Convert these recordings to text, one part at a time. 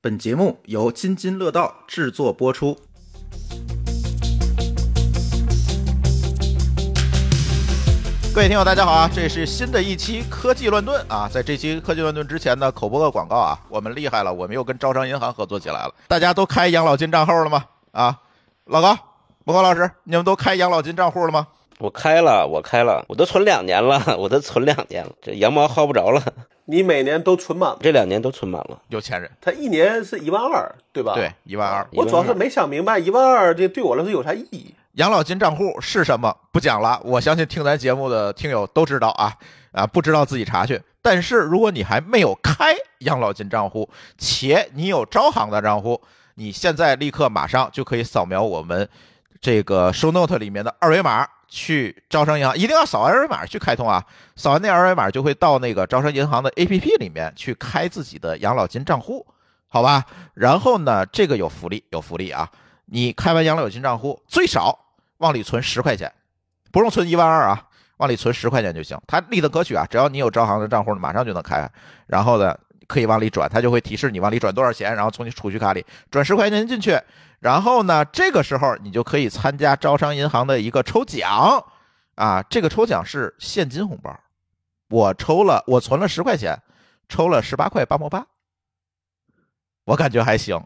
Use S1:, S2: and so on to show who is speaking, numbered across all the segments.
S1: 本节目由津津乐道制作播出。各位听友，大家好啊！这是新的一期科技乱炖啊。在这期科技乱炖之前呢，口播个广告啊，我们厉害了，我们又跟招商银行合作起来了。大家都开养老金账户了吗？啊，老高、莫高老师，你们都开养老金账户了吗？
S2: 我开了，我开了，我都存两年了， 我都存两年了，这羊毛薅不着了，
S3: 你每年都存满，
S2: 这两年都存满了。
S1: 有钱人，
S3: 它一年是一万二，对吧？
S1: 对，，一万二。
S3: 我主要是没想明白一万二这对我来说有啥意义。
S1: 养老金账户是什么？不讲了，我相信听咱节目的听友都知道啊啊，不知道自己查去。但是如果你还没有开养老金账户，且你有招行的账户，你现在立刻马上就可以扫描我们这个 show note 里面的二维码去招商银行，一定要扫二维码去开通啊！扫完那二维码就会到那个招商银行的 APP 里面去开自己的养老金账户，好吧？然后呢，这个有福利，有福利啊！你开完养老金账户，最少往里存十块钱，不用存一万二啊，往里存十块钱就行。它利的可取啊，只要你有招行的账户，马上就能开。然后呢，可以往里转，它就会提示你往里转多少钱，然后从你储蓄卡里转十块钱进去。然后呢，这个时候你就可以参加招商银行的一个抽奖啊，这个抽奖是现金红包。我抽了，我存了十块钱，抽了十八块八毛八，我感觉还行，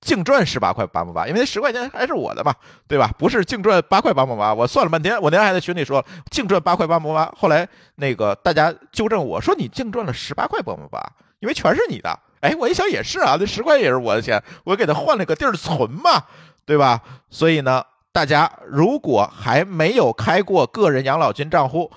S1: 净赚十八块八毛八，因为那十块钱还是我的嘛，对吧？不是净赚八块八毛八，我算了半天，我那天还在群里说净赚八块八毛八，后来那个大家纠正我说你净赚了十八块八毛八，因为全是你的。哎，我一想也是啊，那十块也是我的钱，我给他换了个地儿存嘛，对吧？所以呢，大家如果还没有开过个人养老金账户，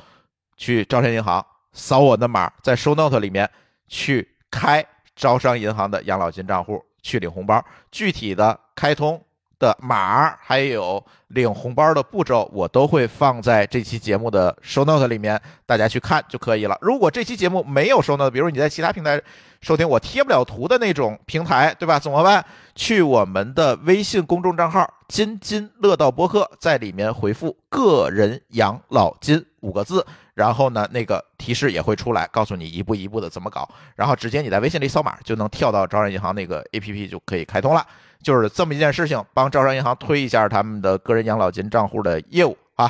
S1: 去招商银行扫我的码，在 show note 里面去开招商银行的养老金账户去领红包。具体的开通的码，还有领红包的步骤，我都会放在这期节目的 show note 里面，大家去看就可以了。如果这期节目没有 show note，比如你在其他平台收听，我贴不了图的那种平台，对吧？怎么办？去我们的微信公众账号“津津乐道播客”，在里面回复“个人养老金”五个字。然后呢，那个提示也会出来，告诉你一步一步的怎么搞，然后直接你在微信里扫码就能跳到招商银行那个 APP 就可以开通了。就是这么一件事情，帮招商银行推一下他们的个人养老金账户的业务啊。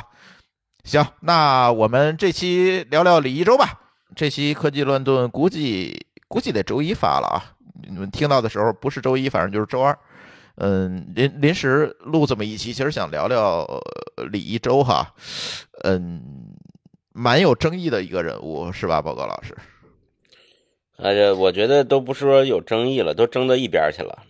S1: 行，那我们这期聊聊李一周吧。这期科技乱炖估计估计得周一发了啊，你们听到的时候不是周一，反正就是周二。嗯，临临时录这么一期，其实想聊聊呃李一周哈，嗯，蛮有争议的一个人物是吧，报告老师？
S2: 哎呀，我觉得都不是说有争议了，都争到一边儿去了。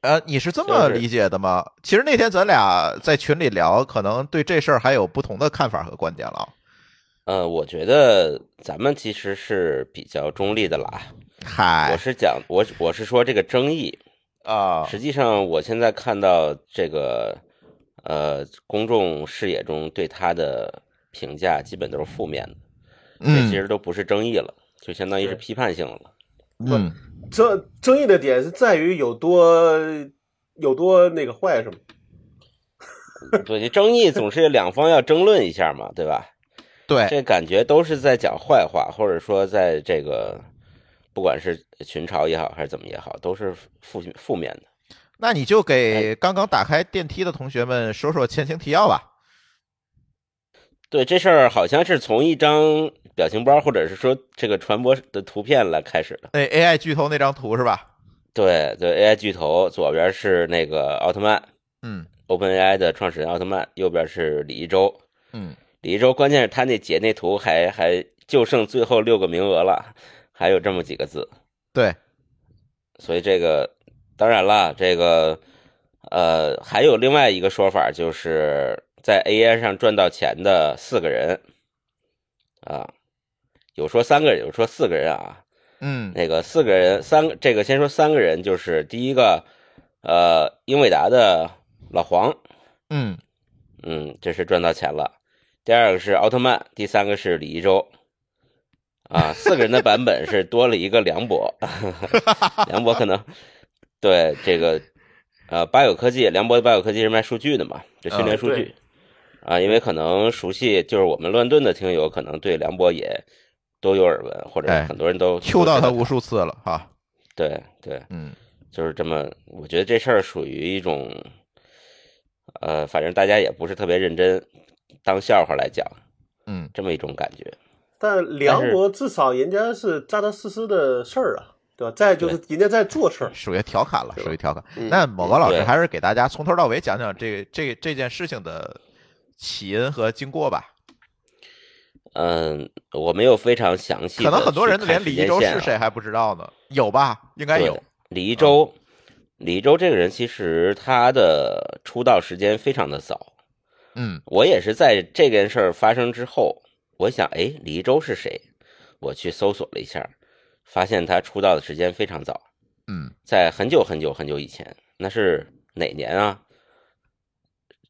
S1: 呃，你是这么
S2: 就是
S1: 理解的吗？其实那天咱俩在群里聊，可能对这事儿还有不同的看法和观点了啊。
S2: 呃，我觉得咱们其实是比较中立的啦。我
S1: 嗨
S2: 是讲，我我是说这个争议，
S1: 啊，
S2: 实际上我现在看到这个，呃，公众视野中对他的评价基本都是负面的，这其
S1: 嗯
S2: 实都不是争议了，就相当于是
S3: 是
S2: 批判性了。
S1: 嗯，
S3: 这争议的点是在于有多有多那个坏，是吗？
S2: 对，这争议总是两方要争论一下嘛，对吧？
S1: 对，
S2: 这感觉都是在讲坏话，或者说在这个，不管是群嘲也好，还是怎么也好，都是负负面的。
S1: 那你就
S2: 哎
S1: 给刚刚打开电梯的同学们说说前情提要吧。
S2: 对这事儿，好像是从一张表情包，或者是说这个传播的图片来开始的。
S1: 那 AI 巨头那张图是吧？
S2: 对对，AI 巨头左边是那个奥特曼
S1: 嗯
S2: ，OpenAI 的创始人奥特曼，右边是李一周。
S1: 嗯，
S2: 李一周，关键是他那截那图还还就剩最后六个名额了，还有这么几个字。
S1: 对，
S2: 所以这个当然啦，这个呃，还有另外一个说法，就是在 AI 上赚到钱的四个人啊，有说三个人，有说四个人啊。
S1: 嗯
S2: 那个四个人，三个这个先说三个人，就是第一个呃，英伟达的老黄，
S1: 嗯
S2: 嗯，这是赚到钱了。第二个是奥特曼，第三个是李一周。啊，四个人的版本是多了一个梁博， 梁博可能对这个呃八友科技，梁博的八友科技是卖数据的嘛，就训练
S1: 嗯
S2: 数据、啊，因为可能熟悉就是我们乱炖的听友，可能对梁博也都有耳闻，或者
S1: 哎
S2: 很多人都
S1: ，Q 到他
S2: 他
S1: 无数次了哈。
S2: 对对，
S1: 嗯
S2: 就是这么，我觉得这事儿属于一种，呃，反正大家也不是特别认真，当笑话来讲，
S1: 嗯，
S2: 这么一种感觉。
S3: 但梁博至少人家是扎扎实实的事儿啊，对吧？再就是人家在做事儿，
S1: 属于调侃了，
S3: 对吧
S1: 属于调侃。
S2: 嗯
S1: 那某个老师
S2: 对
S1: 还是给大家从头到尾讲讲这这这件事情的起因和经过吧。
S2: 嗯，我没有非常详细地去
S1: 可
S2: 看时间线啊，啊
S1: 能很多人连李一舟是谁还不知道呢，有吧？应该
S2: 对
S1: 有。嗯
S2: 李一舟，李一舟这个人其实他的出道时间非常的早。
S1: 嗯
S2: 我也是在这件事儿发生之后，我想，哎，李一舟是谁？我去搜索了一下，发现他出道的时间非常早，
S1: 嗯，
S2: 在很久很久很久以前，那是哪年啊？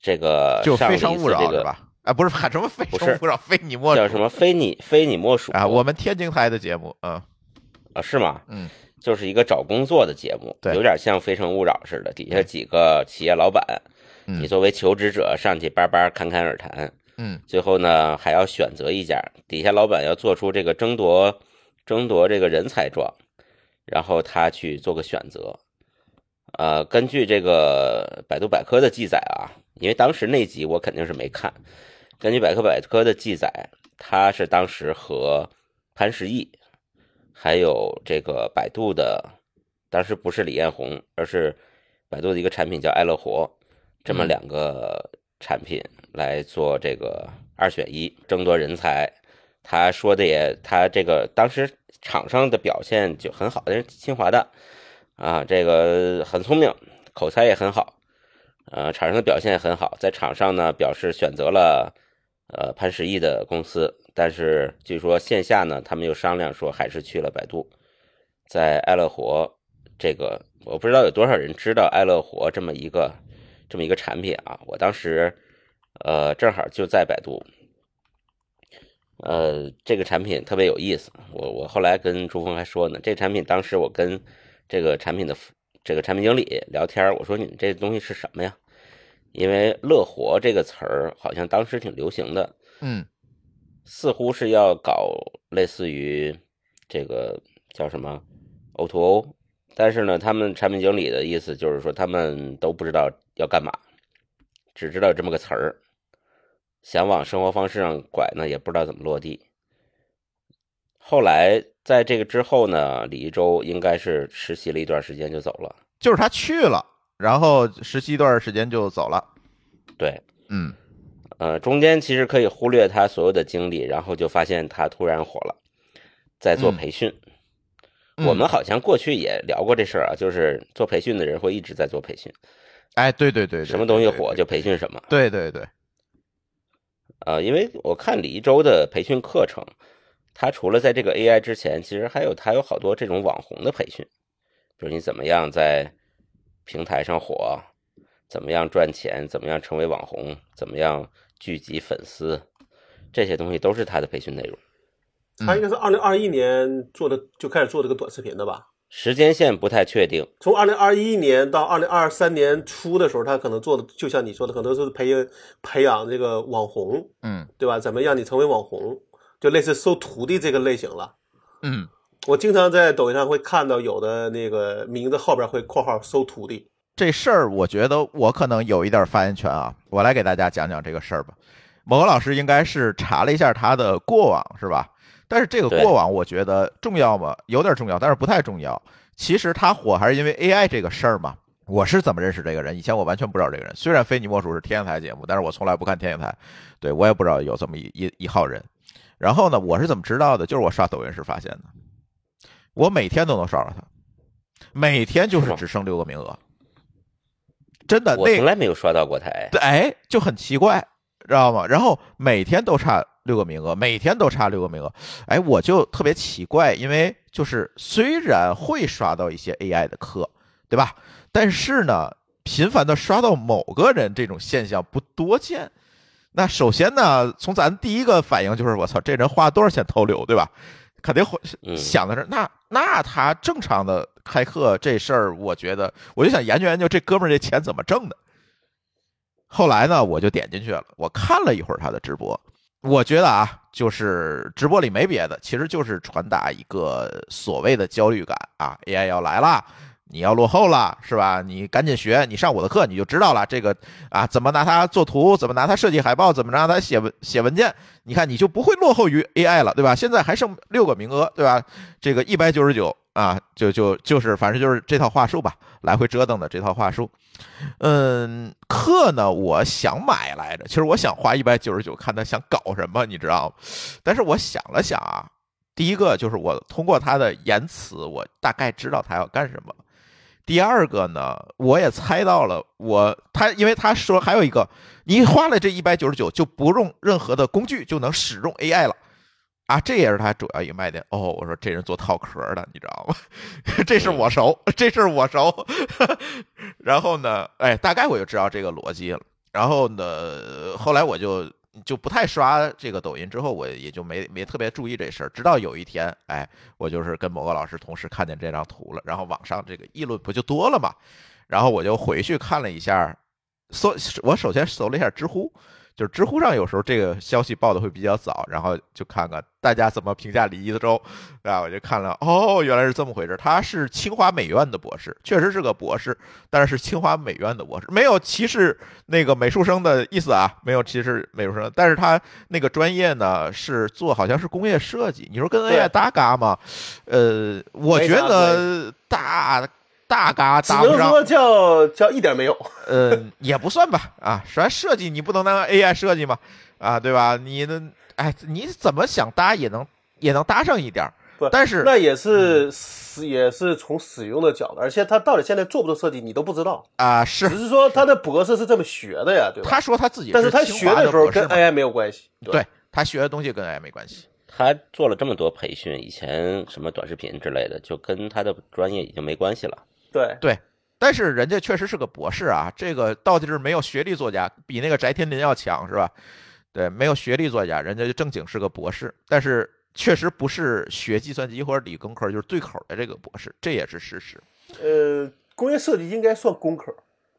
S2: 这个
S1: 就《
S2: 呃上
S1: 非
S2: 一次
S1: 诚勿扰》
S2: 这
S1: 是
S2: 个
S1: 吧？啊，不是，喊什么《非
S2: 不
S1: 诚
S2: 是
S1: 勿扰》，非你莫属
S2: 叫什么“非你非你莫属”
S1: 啊？我们天津台的节目，嗯
S2: 啊是吗？
S1: 嗯，
S2: 就是一个找工作的节目，
S1: 对
S2: 有点像《非诚勿扰》似的，底下几个企业老板，
S1: 嗯
S2: 你作为求职者上去叭叭侃侃而谈，
S1: 嗯
S2: 最后呢还要选择一家，底下老板要做出这个争夺争夺这个人才状，然后他去做个选择。呃，根据这个百度百科的记载啊，因为当时那集我肯定是没看，根据百科百科的记载，他是当时和潘石屹，还有这个百度的，当时不是李彦宏，而是百度的一个产品叫爱乐活，这么
S1: 嗯
S2: 两个产品来做这个二选一，争夺人才。他说的也，他这个当时场上的表现就很好，但是清华的啊，这个很聪明，口才也很好，呃，场上的表现也很好，在场上呢表示选择了呃潘石屹的公司，但是据说线下呢他们又商量说还是去了百度，在爱乐活这个我不知道有多少人知道爱乐活这么一个这么一个产品啊，我当时呃正好就在百度。呃，这个产品特别有意思，我我后来跟朱峰还说呢，这个产品当时我跟这个产品的服这个产品经理聊天儿，我说你们这东西是什么呀？因为“乐活”这个词儿好像当时挺流行的，
S1: 嗯
S2: 似乎是要搞类似于这个叫什么 O to O，但是呢，他们产品经理的意思就是说他们都不知道要干嘛，只知道这么个词儿，想往生活方式上拐呢，也不知道怎么落地。后来在这个之后呢，李一舟应该是实习了一段时间就走了。
S1: 就是他去了，然后实习一段时间就走了。
S2: 对，
S1: 嗯
S2: 呃，中间其实可以忽略他所有的经历，然后就发现他突然火了，在做
S1: 嗯
S2: 培训。
S1: 嗯
S2: 我们好像过去也聊过这事儿啊，就是做培训的人会一直在做培训，
S1: 哎，对对对，对
S2: 什么东西
S1: 对对
S2: 火就培训什么。
S1: 对对对，
S2: 呃，因为我看李一舟的培训课程，他除了在这个 AI 之前，其实还有他有好多这种网红的培训，比如你怎么样在平台上火，怎么样赚钱，怎么样成为网红，怎么样聚集粉丝，这些东西都是他的培训内容。
S1: 嗯
S3: 他应该是二零二一年做的就开始做这个短视频的吧？
S2: 时间线不太确定，
S3: 从二零二一年到二零二三年初的时候，他可能做的就像你说的，可能是培培养这个网红，
S1: 嗯
S3: 对吧？怎么让你成为网红，就类似收徒弟这个类型了。
S1: 嗯，
S3: 我经常在抖音上会看到有的那个名字后边会括号收徒弟，
S1: 这事儿我觉得我可能有一点发言权啊，我来给大家讲讲这个事儿吧。某个老师应该是查了一下他的过往，是吧？但是这个
S2: 对
S1: 过往我觉得重要吗？有点重要，但是不太重要。其实他火还是因为 AI 这个事儿嘛。我是怎么认识这个人？以前我完全不知道这个人。虽然《非你莫属》是天台节目，但是我从来不看天台，对我也不知道有这么一一一号人。然后呢，我是怎么知道的？就是我刷抖音时发现的。我每天都能刷到他，每天就是
S2: 是吗
S1: 只剩六个名额，真的。
S2: 我
S1: 呃那
S2: 从来没有刷到过台。
S1: 对，哎，就很奇怪，知道吗？然后每天都差六个名额，每天都差六个名额，哎，我就特别奇怪，因为就是虽然会刷到一些 AI 的课，对吧？但是呢，频繁的刷到某个人这种现象不多见。那首先呢，从咱第一个反应就是，我操，这人花多少钱偷流，对吧？肯定会
S2: 嗯
S1: 想的是，那那他正常的开课这事儿，我觉得我就想研究研究这哥们儿这钱怎么挣的。后来呢，我就点进去了，我看了一会儿他的直播，我觉得啊，就是直播里没别的，其实就是传达一个所谓的焦虑感啊，AI 要来啦，你要落后了，是吧？你赶紧学，你上我的课你就知道了。这个啊，怎么拿它做图，怎么拿它设计海报，怎么让它写文写文件，你看你就不会落后于 AI 了，对吧？现在还剩六个名额，对吧？这个一百九十九啊，就就就是反正就是这套话术吧，来回折腾的这套话术。嗯，课呢，我想买来着，其实我想花一百九十九看他想搞什么，你知道吗？但是我想了想啊，第一个就是我通过他的言辞，我大概知道他要干什么。第二个呢，我也猜到了我，他因为他说还有一个，你花了这一百九十九就不用任何的工具就能使用 AI 了。啊，这也是他主要一个卖点哦。我说这人做套壳的，你知道吗？ 这事儿我熟，这事儿我熟。 然后呢，哎，大概我就知道这个逻辑了。然后呢，后来我就就不太刷这个抖音，之后我也就没没特别注意这事儿。直到有一天，哎，我就是跟某个老师同时看见这张图了，然后网上这个议论不就多了嘛，然后我就回去看了一下，搜我首先搜了一下知乎。就是知乎上有时候这个消息报的会比较早，然后就看看大家怎么评价李一舟，啊，我就看了，哦，原来是这么回事。他是清华美院的博士，确实是个博士，但是是清华美院的博士，没有歧视那个美术生的意思啊，没有歧视美术生，但是他那个专业呢是做好像是工业设计，你说跟 AI
S3: 对
S1: 搭嘎吗？呃，我
S3: 没
S1: 觉
S3: 啥
S1: 得大大嘎
S3: 只
S1: 搭不
S3: 能
S1: 上。
S3: 说叫叫一点没有。
S1: 呃，也不算吧，啊，首先设计你不能当 AI 设计嘛，啊，对吧？你的，哎，你怎么想搭也能也能搭上一点儿
S3: 不，
S1: 但是嗯
S3: 那也是使也是从使用的角度，而且他到底现在做不做设计你都不知道，
S1: 啊，
S3: 只
S1: 是
S3: 是说他的博士是这么学的呀，对吧？
S1: 他说他自己
S3: 但是他
S1: 清
S3: 学
S1: 华的
S3: 时候
S1: 博士
S3: 跟
S1: 嘛
S3: AI 没有关系，
S1: 对他学的东西跟 AI 没关系，
S2: 他做了这么多培训，以前什么短视频之类的，就跟他的专业已经没关系了。
S3: 对
S1: 对。但是人家确实是个博士啊，这个到底是没有学历作家，比那个翟天临要强是吧？对，没有学历作家，人家就正经是个博士，但是确实不是学计算机或者理工科，就是对口的这个博士，这也是事实。
S3: 对，呃，工业设计应该算工科，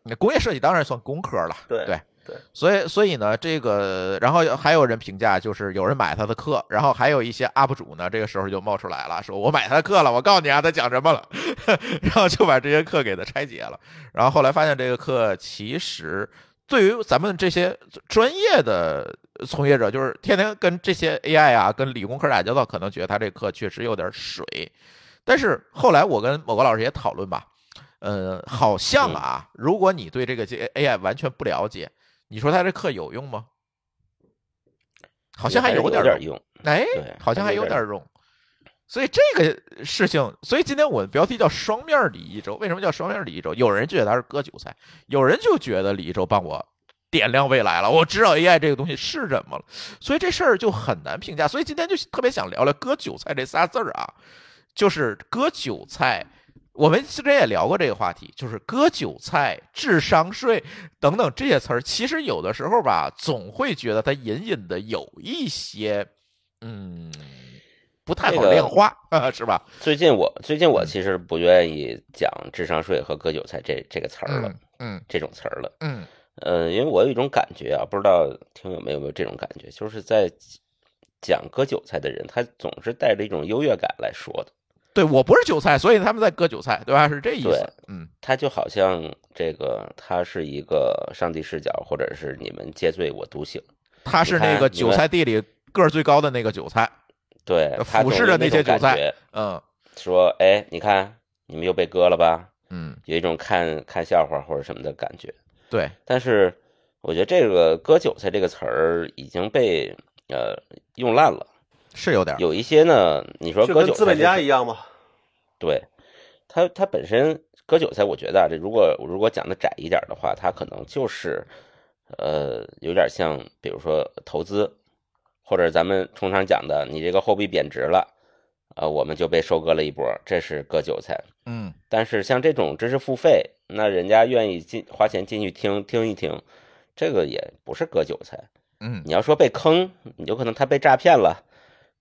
S1: 那工业设计当然算工科了，
S3: 对
S1: 对
S3: 对
S1: 所以所以呢，这个然后还有人评价，就是有人买他的课，然后还有一些 UP 主呢，这个时候就冒出来了，说我买他的课了，我告诉你啊，他讲什么了， 然后就把这些课给他拆解了，然后后来发现这个课其实对于咱们这些专业的从业者，就是天天跟这些 AI 啊，跟理工科打交道，可能觉得他这课确实有点水，但是后来我跟某个老师也讨论吧，呃，好
S2: 嗯
S1: 像啊，如果你对这个 J- AI 完全不了解，你说他这课有用吗？好像
S2: 还
S1: 还
S2: 是有
S1: 点
S2: 点用。
S1: 哎
S2: 对，
S1: 好像
S2: 还
S1: 还
S2: 有
S1: 有
S2: 点
S1: 点用。所以这个事情，所以今天我的标题叫“双面李一舟”。为什么叫双面李一舟？有人觉得他是割韭菜，有人就觉得李一舟帮我点亮未来了，我知道 AI 这个东西是什么了。所以这事儿就很难评价。所以今天就特别想聊聊“割韭菜”这仨字儿啊，就是割韭菜。我们之前也聊过这个话题，就是割韭菜、智商税等等这些词儿，其实有的时候吧，总会觉得它隐隐的有一些，嗯，不太好
S2: 这个
S1: 量化， 是吧？
S2: 最近我最近
S1: 嗯
S2: 我其实不愿意讲智商税和割韭菜这这个词儿了，
S1: 嗯嗯
S2: 这种词儿了。
S1: 嗯
S2: 呃，因为我有一种感觉啊，不知道听友们有没有这种感觉，就是在讲割韭菜的人，他总是带着一种优越感来说的。
S1: 对我不是韭菜，所以他们在割韭菜，对吧？是这意
S2: 对
S1: 思。嗯
S2: 他就好像这个，他是一个上帝视角，或者是你们皆醉我独醒。
S1: 他是那
S2: 你
S1: 个
S2: 看
S1: 韭菜地里个儿最高的那个韭菜。
S2: 对，他
S1: 呃俯
S2: 总
S1: 视
S2: 有
S1: 着那
S2: 种
S1: 些韭
S2: 感
S1: 菜
S2: 觉，
S1: 嗯
S2: 说：“哎，你看，你们又被割了吧？”
S1: 嗯，
S2: 有一种看看笑话或者什么的感觉。
S1: 对，
S2: 但是我觉得这个“割韭菜”这个词儿已经被呃用烂了。
S1: 是有点儿。
S2: 有一些呢，你说
S3: 就
S2: 割
S3: 跟
S2: 韭
S3: 资
S2: 菜
S3: 本
S2: 这
S3: 家
S2: 个
S3: 一样嘛。
S2: 对，它它本身割韭菜，我觉得啊，这如果如果讲的窄一点的话，它可能就是，呃，有点像，比如说投资，或者咱们通常讲的，你这个货币贬值了，呃，我们就被收割了一波，这是割韭菜。
S1: 嗯，
S2: 但是像这种知识付费，那人家愿意进花钱进去听听一听，这个也不是割韭菜。
S1: 嗯
S2: 你要说被坑，有可能他被诈骗了，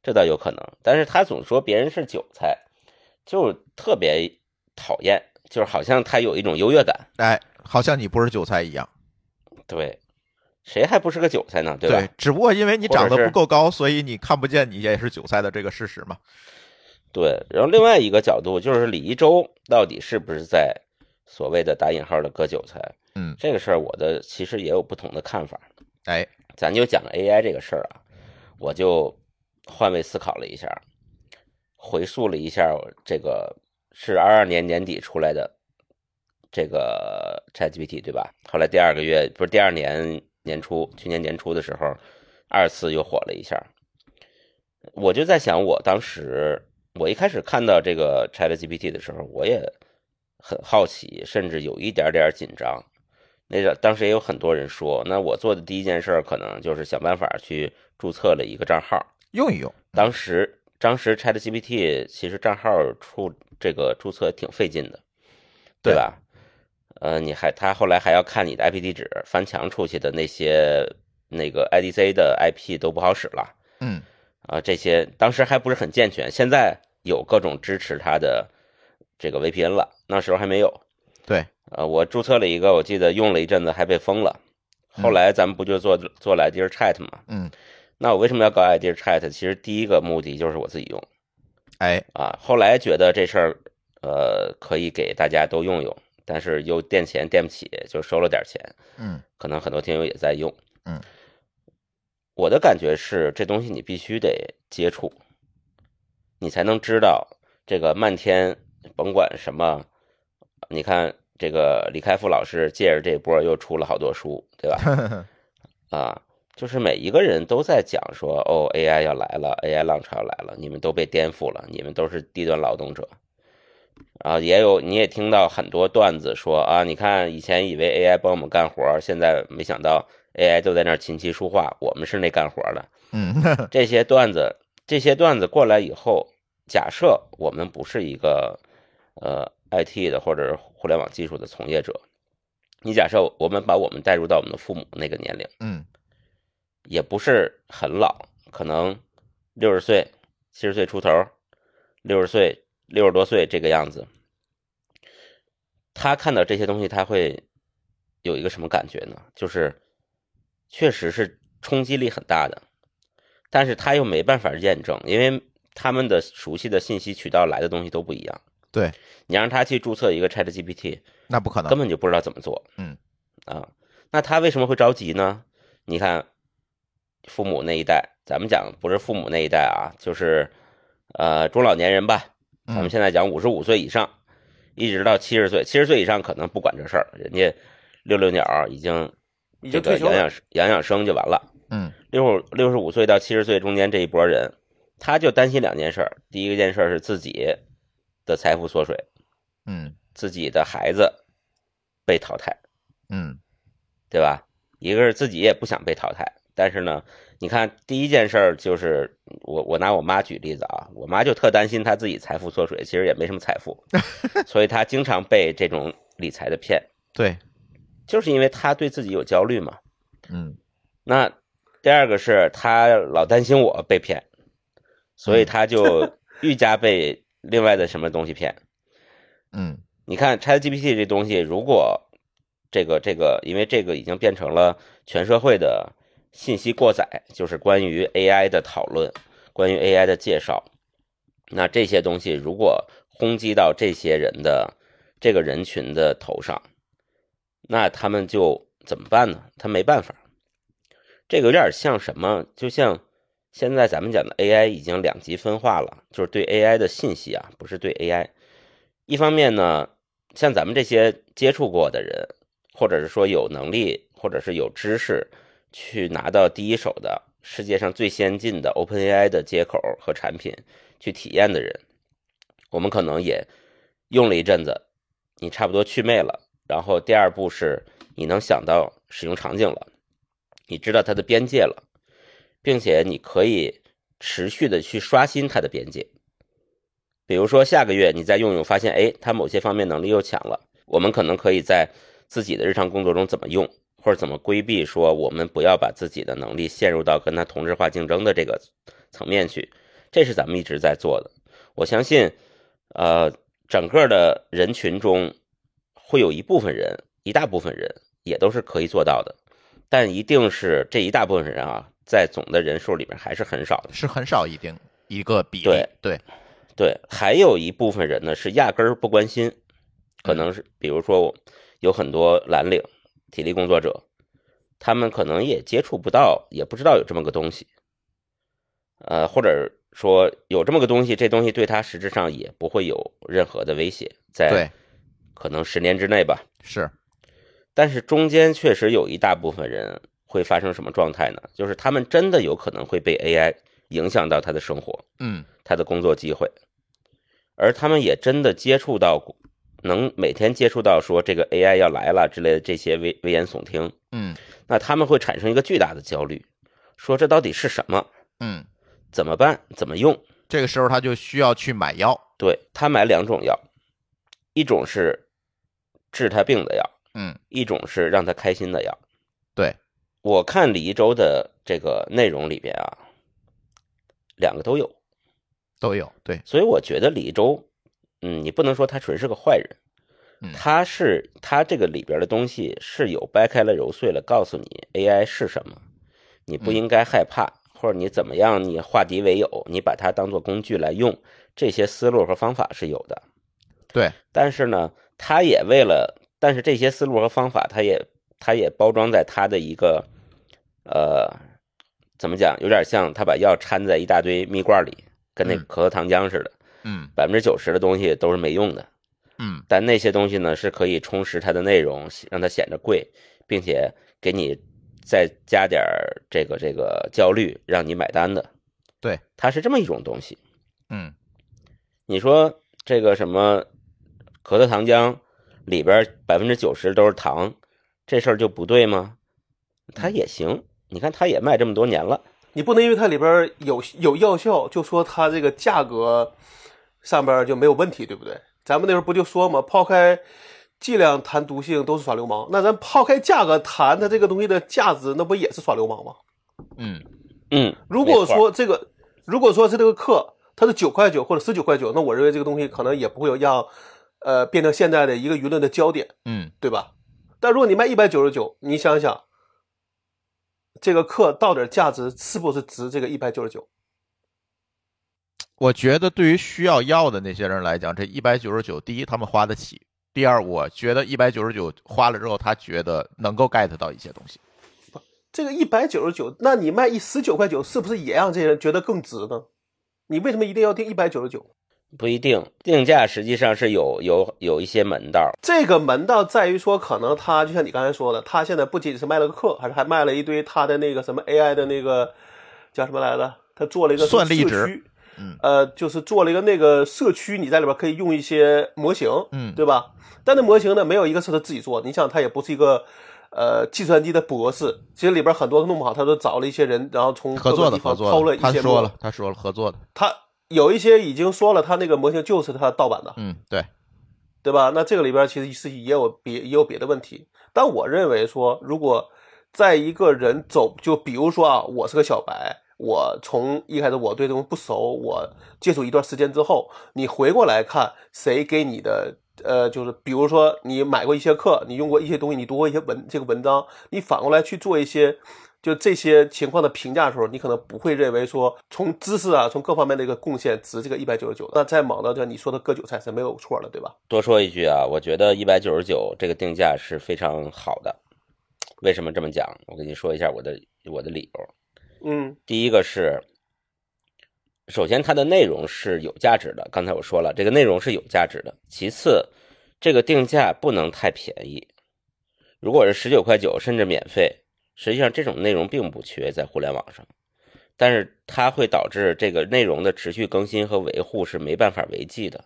S2: 这倒有可能。但是他总说别人是韭菜，就特别讨厌，就是好像他有一种优越感。
S1: 哎，好像你不是韭菜一样。
S2: 对，谁还不是个韭菜呢？对吧？
S1: 只不过因为你
S2: 或者
S1: 长得
S2: 是
S1: 不够高，所以你看不见你也是韭菜的这个事实嘛。
S2: 对，然后另外一个角度就是李一周到底是不是在所谓的打引号的割韭菜？
S1: 嗯，
S2: 这个事儿我的其实也有不同的看法。
S1: 哎，
S2: 咱就讲 AI 这个事儿啊，我就换位思考了一下，回溯了一下这个是二二年年底出来的这个 ChatGPT 对吧？后来第二个月不是第二年年初，去年年初的时候，二次又火了一下。我就在想，我当时我一开始看到这个 ChatGPT 的时候，我也很好奇，甚至有一点点紧张。那个当时也有很多人说，那我做的第一件事儿可能就是想办法去注册了一个账号。
S1: 用一用，
S2: 当时当时 ChatGPT 其实账号出这个注册挺费劲的，对吧？呃，你还他后来还要看你的 IP 地址，翻墙出去的那些那个 IDC 的 IP 都不好使了
S1: 嗯，
S2: 啊、这些当时还不是很健全，现在有各种支持它的这个 VPN 了，那时候还没有。
S1: 对，
S2: 呃，我注册了一个，我记得用了一阵子还被封了。后来咱们不就做做了 Idea Chat 嘛？
S1: 嗯，
S2: 那我为什么要搞 Idea Chat？其实第一个目的就是我自己用
S1: 哎，
S2: 啊。后来觉得这事儿，呃，可以给大家都用用，但是又垫钱垫不起，就收了点钱。
S1: 嗯，
S2: 可能很多听友也在用。
S1: 嗯，
S2: 我的感觉是，这东西你必须得接触，你才能知道这个漫天，甭管什么，你看这个李开复老师借着这波儿又出了好多书，对吧？啊，就是每一个人都在讲说，哦，AI 要来了，AI 浪潮来了，你们都被颠覆了，你们都是低端劳动者。啊，也有你也听到很多段子说啊，你看以前以为 AI 帮我们干活儿，现在没想到 AI 都在那儿琴棋书画，我们是那干活儿的。
S1: 嗯，
S2: 这些段子，这些段子过来以后，假设我们不是一个呃 IT 的或者是互联网技术的从业者，你假设我们把我们带入到我们的父母那个年龄，
S1: 嗯，
S2: 也不是很老，可能六十岁、七十岁出头，六十岁、六十多岁这个样子。他看到这些东西，他会有一个什么感觉呢？就是确实是冲击力很大的，但是他又没办法验证，因为他们的熟悉的信息渠道来的东西都不一样。
S1: 对，
S2: 你让他去注册一个 ChatGPT，
S1: 那不可能
S2: 根，本就不知道怎么做。
S1: 嗯，
S2: 啊，那他为什么会着急呢？你看，父母那一代，咱们讲不是父母那一代啊，就是呃中老年人吧。咱们
S1: 嗯
S2: 现在讲五十五岁以上，一直到七十岁，七十岁以上可能不管这事儿，人家六六鸟儿已经
S3: 已
S2: 这
S3: 经
S2: 个
S3: 退休
S2: 养
S3: 了
S2: 养，养养生就完了。
S1: 嗯，
S2: 六六十五岁到七十岁中间这一波人，他就担心两件事儿，第一个件事儿是自己的财富缩水，
S1: 嗯，
S2: 自己的孩子被淘汰。
S1: 嗯，
S2: 对吧？一个是自己也不想被淘汰，但是呢，你看第一件事儿就是我我拿我妈举例子啊，我妈就特担心她自己财富缩水，其实也没什么财富，所以她经常被这种理财的骗，
S1: 对，
S2: 就是因为她对自己有焦虑嘛。
S1: 嗯，
S2: 那第二个是她老担心我被骗，所以她就愈加被另外的什么东西骗。
S1: 嗯，
S2: 你看 ChatGPT 这东西，如果这个这个，因为这个已经变成了全社会的信息过载，就是关于 AI 的讨论，关于 AI 的介绍。那这些东西如果轰击到这些人的这个人群的头上，那他们就怎么办呢？他没办法。这个有点像什么？就像现在咱们讲的 AI 已经两极分化了，就是对 AI 的信息啊，不是对 AI。一方面呢，像咱们这些接触过的人，或者是说有能力，或者是有知识，去拿到第一手的世界上最先进的 OpenAI 的接口和产品去体验的人，我们可能也用了一阵子，你差不多祛魅了。然后第二步是你能想到使用场景了，你知道它的边界了，并且你可以持续的去刷新它的边界。比如说下个月你再用用，发现哎，它某些方面能力又强了，我们可能可以在自己的日常工作中怎么用，或者怎么规避，说我们不要把自己的能力陷入到跟它同质化竞争的这个层面去，这是咱们一直在做的。我相信，呃，整个的人群中会有一部分人，一大部分人也都是可以做到的，但一定是这一大部分人啊，在总的人数里面还是很少的。
S1: 是很少一定一个比例
S2: 对，
S1: 对，
S2: 对，还有一部分人呢是压根儿不关心，可能是比如说我有很多蓝领、体力工作者，他们可能也接触不到，也不知道有这么个东西，呃，或者说有这么个东西，这东西对他实质上也不会有任何的威胁，在
S1: 对，
S2: 可能十年之内吧。
S1: 是，
S2: 但是中间确实有一大部分人会发生什么状态呢？就是他们真的有可能会被 AI 影响到他的生活，
S1: 嗯，
S2: 他的工作机会，而他们也真的接触到过，能每天接触到说这个 AI 要来了之类的这些危危言耸听，
S1: 嗯，
S2: 那他们会产生一个巨大的焦虑，说这到底是什么？
S1: 嗯，
S2: 怎么办？怎么用？
S1: 这个时候他就需要去买药，
S2: 对他买两种药，一种是治他病的药，
S1: 嗯，
S2: 一种是让他开心的药。
S1: 对，
S2: 我看李一周的这个内容里边啊，两个都有，
S1: 都有，对，
S2: 所以我觉得李一周，嗯，你不能说他纯是个坏人，
S1: 嗯
S2: 他是他这个里边的东西是有掰开了揉碎了告诉你 AI 是什么，你
S1: 嗯
S2: 不应该害怕，或者你怎么样，你化敌为友，你把它当做工具来用，这些思路和方法是有的。
S1: 对，
S2: 但是呢，他也为了，但是这些思路和方法，他也他也包装在他的一个，呃，怎么讲，有点像他把药掺在一大堆蜜罐里，跟那
S1: 嗯
S2: 可乐糖浆似的。
S1: 嗯
S2: 百分之九十的东西都是没用的，
S1: 嗯，
S2: 但那些东西呢是可以充实它的内容，让它显着贵，并且给你再加点儿这个这个焦虑，让你买单的。
S1: 对，
S2: 它是这么一种东西。
S1: 嗯，
S2: 你说这个什么可乐糖浆里边百分之九十都是糖，这事儿就不对吗？它也行，你看它也卖这么多年了。
S3: 你不能因为它里边儿有有药效，就说它这个价格上边儿就没有问题，对不对？咱们那时候不就说嘛，抛开剂量谈毒性都是耍流氓，那咱抛开价格谈它这个东西的价值，那不也是耍流氓吗？
S1: 嗯，
S2: 嗯，
S3: 如果
S2: 没错
S3: 说这个，如果说是这个课它是九块九或者十九块九，那我认为这个东西可能也不会有让呃变成现在的一个舆论的焦点，
S1: 嗯，
S3: 对吧？但如果你卖一百九十九，你想想，这个课到底价值是不是值这个一百九十九？
S1: 我觉得对于需要药的那些人来讲，这一百九十九，第一他们花得起，第二我觉得一百九十九花了之后，他觉得能够 get 到一些东西。
S3: 这个一百九十九，那你卖一十九块九，是不是也让这些人觉得更值呢？你为什么一定要定一百九十九？
S2: 不一定，定价实际上是有有有一些门道儿。
S3: 这个门道在于说，可能他就像你刚才说的，他现在不仅仅是卖了个课，还是还卖了一堆他的那个什么 AI 的那个叫什么来着？他做了一个
S1: 算力值
S3: 社区，
S1: 嗯
S3: 呃，就是做了一个那个社区，你在里边可以用一些模型，
S1: 嗯
S3: 对吧？但那模型呢，没有一个是他自己做的。你想，他也不是一个呃计算机的博士，其实里边很多弄不好，他都找了一些人，然后从
S1: 合作的
S3: 各个
S1: 合
S3: 地方掏
S1: 作
S3: 了
S1: 的，
S3: 一
S1: 他
S3: 些
S1: 说
S3: 模
S1: 了，他说了合作的，
S3: 他有一些已经说了，他那个模型就是他盗版的，
S1: 嗯，对，
S3: 对吧？那这个里边其实是也有别也有别的问题，但我认为说，如果在一个人走，就比如说啊，我是个小白，我从一开始我对这种不熟，我接触一段时间之后，你回过来看谁给你的。呃，就是比如说你买过一些课，你用过一些东西，你读过一些文这个文章，你反过来去做一些就这些情况的评价的时候，你可能不会认为说从知识啊，从各方面的一个贡献值这个一百九十九，那再猛到这你说的割韭菜是没有错的，对吧？
S2: 多说一句啊，我觉得一百九十九这个定价是非常好的。为什么这么讲？我跟你说一下我的我的理由。
S3: 嗯
S2: 第一个是，首先它的内容是有价值的，刚才我说了，这个内容是有价值的。其次，这个定价不能太便宜。如果是十九块九甚至免费，实际上这种内容并不缺在互联网上，但是它会导致这个内容的持续更新和维护是没办法维系的。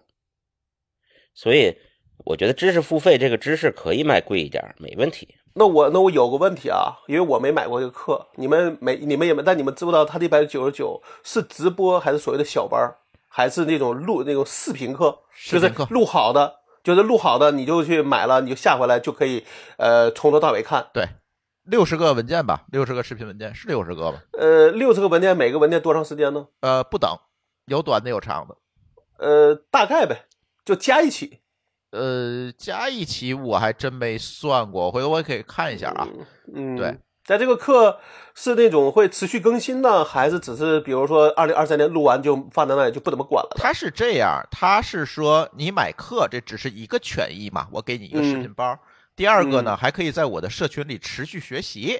S2: 所以，我觉得知识付费这个知识可以卖贵一点儿，没问题。，
S3: 那我那我有个问题啊，因为我没买过这个课，你们没你们也没，但你们知不知道他这一百九十九是直播还是所谓的小班儿，还是那种录那种视频课，
S1: 视频课
S3: 就是录好的，就是录好的你就去买了，你就下回来就可以呃从头到尾看。
S1: 对，六十个文件吧，六十个视频文件是六十个吧？
S3: 呃，六十个文件，每个文件多长时间呢？
S1: 呃，不等，有短的有长的，
S3: 呃，大概呗，就加一起。
S1: 呃，加一起我还真没算过，回头我可以看一下啊。
S3: 嗯，
S1: 对，
S3: 在这个课是那种会持续更新呢，还是只是比如说二零二三年录完就放在那里就不怎么管了呢？
S1: 他是这样，他是说你买课这只是一个权益嘛，我给你一个
S3: 嗯
S1: 视频包。第二个呢，还可以在我的社群里持续学习，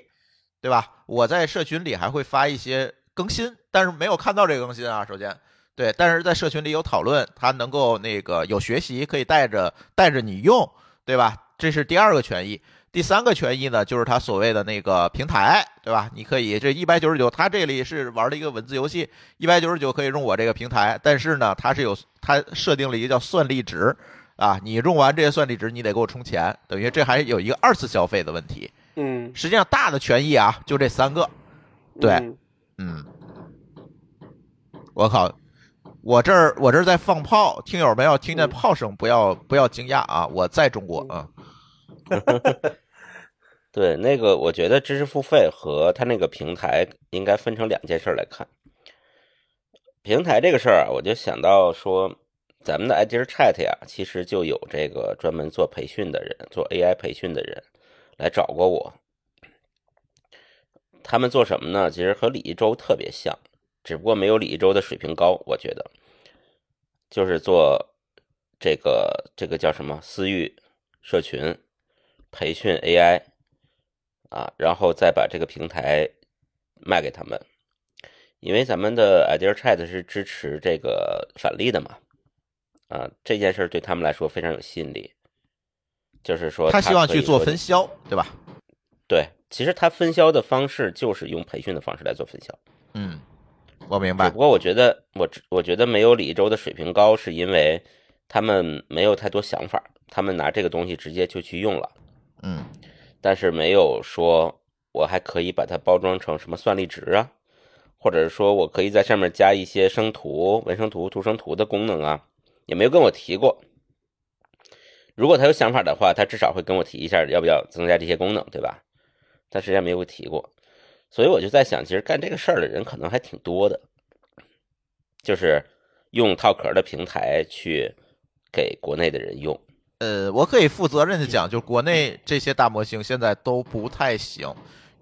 S1: 对吧？我在社群里还会发一些更新，但是没有看到这个更新啊。首先，对，但是在社群里有讨论，他能够那个有学习，可以带着带着你用，对吧？这是第二个权益。第三个权益呢，就是他所谓的那个平台，对吧？你可以这一百九十九，他这里是玩的一个文字游戏，一百九十九可以用我这个平台，但是呢，它是有它设定了一个叫算力值啊，你用完这些算力值，你得给我充钱，等于这还有一个二次消费的问题。
S3: 嗯，
S1: 实际上大的权益啊，就这三个。对
S3: 嗯
S1: 嗯，我靠，我这儿我这儿在放炮，听友们要听见
S3: 嗯
S1: 炮声，不要不要惊讶啊，我在中国啊。
S2: 对，那个我觉得知识付费和它那个平台应该分成两件事儿来看。平台这个事儿啊，我就想到说，咱们的 Idea Chat 呀、其实就有这个专门做培训的人，做 AI 培训的人来找过我。他们做什么呢？其实和李一舟特别像，只不过没有李一舟的水平高，我觉得，就是做这个这个叫什么私域社群培训 AI 啊，然后再把这个平台卖给他们，因为咱们的 Idea Chat 是支持这个返利的嘛，啊，这件事儿对他们来说非常有吸引力，就是说
S1: 他希望
S2: 嗯可
S1: 去
S2: 以
S1: 做
S2: 说
S1: 分销，对吧？
S2: 对，其实他分销的方式就是用培训的方式来做分销。
S1: 嗯，我明
S2: 只
S1: 白
S2: 不。过我觉得，我只我觉得没有李一舟的水平高，是因为他们没有太多想法，他们拿这个东西直接就去用了，
S1: 嗯
S2: 但是没有说我还可以把它包装成什么算力值啊，或者说我可以在上面加一些生图、文生图、图生图的功能啊，也没有跟我提过。如果他有想法的话，他至少会跟我提一下要不要增加这些功能，对吧？但实际上没有提过，所以我就在想，其实干这个事儿的人可能还挺多的，就是用套壳的平台去给国内的人用。
S1: 呃，我可以负责任的讲，就国内这些大模型现在都不太行。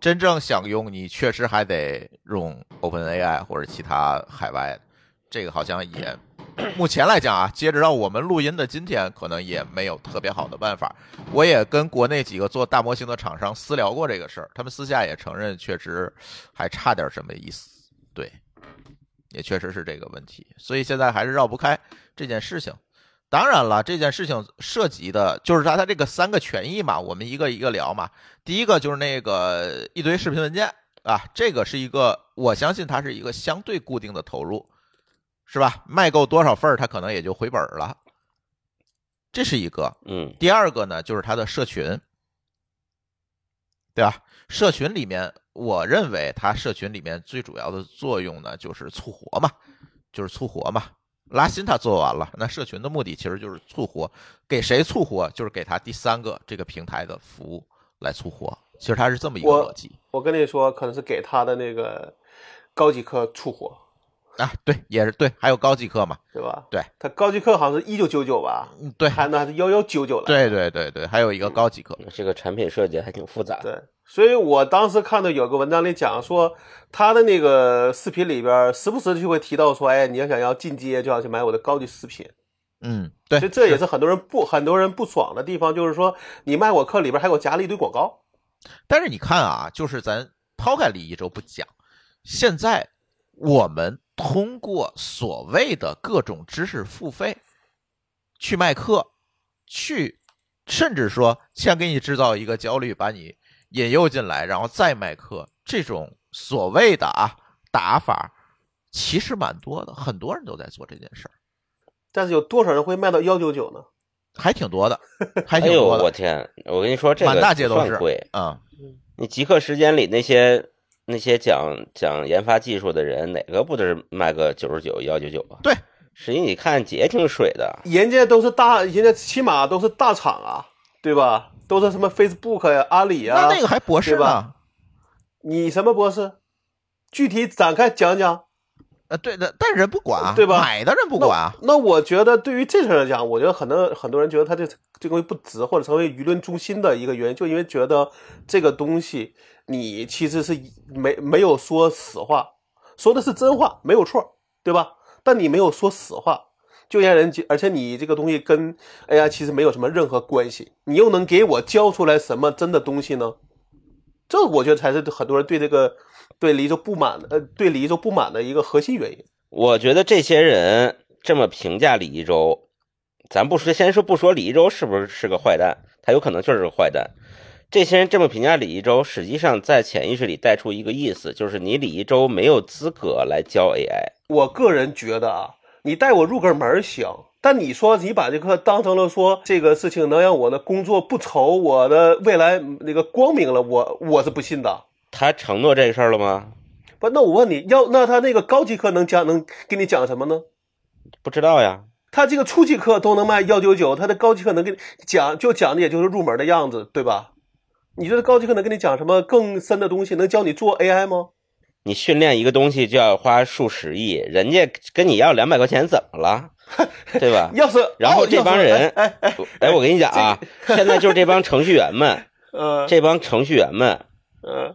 S1: 真正想用，你确实还得用 OpenAI 或者其他海外的，这个好像也目前来讲啊，截止到我们录音的今天，可能也没有特别好的办法。我也跟国内几个做大模型的厂商私聊过这个事儿，他们私下也承认，确实还差点什么意思。对，也确实是这个问题，所以现在还是绕不开这件事情。当然了，这件事情涉及的就是它它这个三个权益嘛，我们一个一个聊嘛。第一个就是那个一堆视频文件啊，这个是一个我相信它是一个相对固定的投入，是吧？卖够多少份儿，它可能也就回本儿了。这是一个，
S2: 嗯
S1: 第二个呢，就是它的社群，对吧？社群里面，我认为它社群里面最主要的作用呢，就是促活嘛，就是促活嘛。拉新它做完了，那社群的目的其实就是促活，给谁促活？就是给他第三个这个平台的服务来促活。其实它是这么一个
S3: 我
S1: 逻辑
S3: 我跟你说，可能是给他的那个高级课出活，
S1: 啊，对，也是对，还有高级课嘛，
S3: 对吧？
S1: 对，
S3: 他高级课好像是一九九九吧，
S1: 嗯，对，
S3: 还那还是幺幺九九了。
S1: 对对对对，还有一个高级课，
S2: 这个产品设计还挺复杂的。
S3: 对，所以我当时看到有个文章里讲说，他的那个视频里边儿时不时就会提到说，哎，你要想要进阶，就要去买我的高级视频。
S1: 嗯，对
S3: 所以，这也是很多人不很多人不爽的地方，就是说你卖我课里边儿还给我夹了一堆广告。
S1: 但是你看啊，就是咱抛开李一舟不讲，现在我们通过所谓的各种知识付费去卖课，去甚至说先给你制造一个焦虑，把你引诱进来，然后再卖课，这种所谓的啊打法，其实蛮多的，很多人都在做这件事儿，
S3: 但是有多少人会卖到幺九九呢？
S1: 还挺 多的，还
S2: 哎
S1: 挺
S2: 呦，
S1: 多的，
S2: 我天！我跟你说，这个
S1: 满大街
S2: 不
S1: 都
S2: 算
S1: 是
S2: 贵。
S1: 嗯，
S2: 你极客时间里那些那些讲讲研发技术的人，哪个不都是卖个九十九、幺九九啊？
S1: 对，
S2: 实际你看也挺水的。
S3: 人家都是大，人家起码都是大厂啊，对吧？都是什么 Facebook 呀、阿里呀、
S1: 那那个还博士
S3: 对
S1: 呢
S3: 吧，你什么博士？具体展开讲讲。
S1: 呃，对的，但人不管啊，
S3: 对吧
S1: 买的人不管啊，
S3: 那我觉得对于这事儿来讲，我觉得很多很多人觉得他这这东西不值，或者成为舆论中心的一个原因，就因为觉得这个东西你其实是没没有说实话，说的是真话，没有错，对吧？但你没有说实话，就让人觉，而且你这个东西跟 AI 其实没有什么任何关系，你又能给我教出来什么真的东西呢？这我觉得才是很多人对这个对黎州不满的，呃，对黎州不满的一个核心原因。
S2: 我觉得这些人这么评价李一舟，咱不说，先说不说李一舟是不是是个坏蛋，他有可能就是个坏蛋。这些人这么评价李一舟，实际上在潜意识里带出一个意思，就是你李一舟没有资格来教 AI。
S3: 我个人觉得啊，你带我入个门儿行，但你说你把这个当成了说这个事情能让我的工作不愁，我的未来那个光明了，我我是不信的。
S2: 他承诺这个事儿了吗？
S3: 不，那我问你要，那他那个高级课能讲能给你讲什么呢？
S2: 不知道呀。
S3: 他这个初级课都能卖幺九九，他的高级课能给你讲，就讲的也就是入门的样子，对吧？你觉得高级课能跟你讲什么更深的东西？能教你做 AI 吗？
S2: 你训练一个东西就要花数十亿，人家跟你要两百块钱怎么了？对 吧？
S3: 要是
S2: 哦然后这帮人
S3: 哎哎哎
S2: 哎，我跟你讲啊， 现在就是这帮程序员们，
S3: 呃
S2: 这帮程序员们
S3: 呃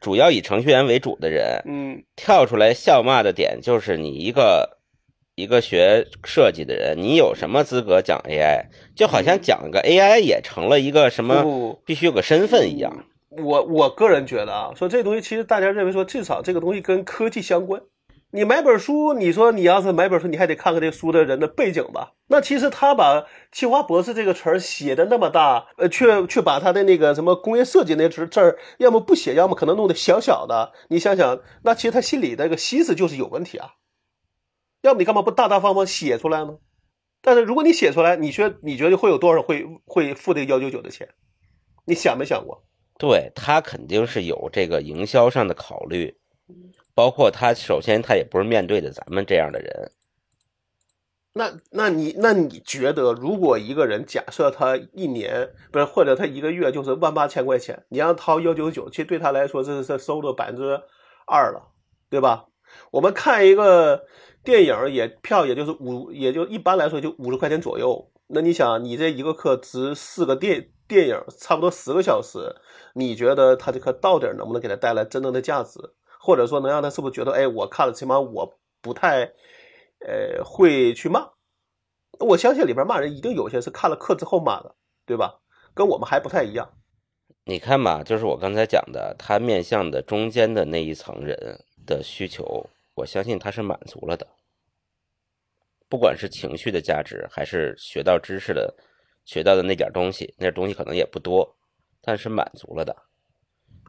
S2: 主要以程序员为主的人，
S3: 嗯
S2: 跳出来笑骂的点就是你一个一个学设计的人，你有什么资格讲 AI？就好像讲个 AI 也成了一个什
S3: 不
S2: 么
S3: 不不
S2: 必须有个身份一样。
S3: 我我个人觉得啊，说这东西其实大家认为说，至少这个东西跟科技相关。你买本书，你说你要是买本书，你还得看看这书的人的背景吧。那其实他把“清华博士”这个词儿写的那么大，呃，却却把他的那个什么工业设计那词字儿，要么不写，要么可能弄得小小的。你想想，那其实他心里那个心思就是有问题啊。要不你干嘛不大大方方写出来呢？但是如果你写出来，你觉你觉得会有多少人会会付这个幺九九的钱？你想没想过？
S2: 对他肯定是有这个营销上的考虑，包括他首先他也不是面对的咱们这样的人，
S3: 那那你那你觉得，如果一个人假设他一年不是或者他一个月就是万八千块钱，你让他掏幺九九，其实对他来说这是他收入百分之二了，对吧？我们看一个电影也票也就是五，也就一般来说就五十块钱左右。那你想，你这一个课值四个电电影，差不多十个小时，你觉得他这课到底能不能给他带来真正的价值，或者说能让他是不是觉得，哎，我看了起码我不太。呃，会去骂。我相信里边骂人一定有些是看了课之后骂的，对吧？跟我们还不太一样。
S2: 你看吧，就是我刚才讲的，他面向的中间的那一层人的需求，我相信他是满足了的。不管是情绪的价值，还是学到知识的学到的那点东西，那点东西可能也不多，但是满足了的。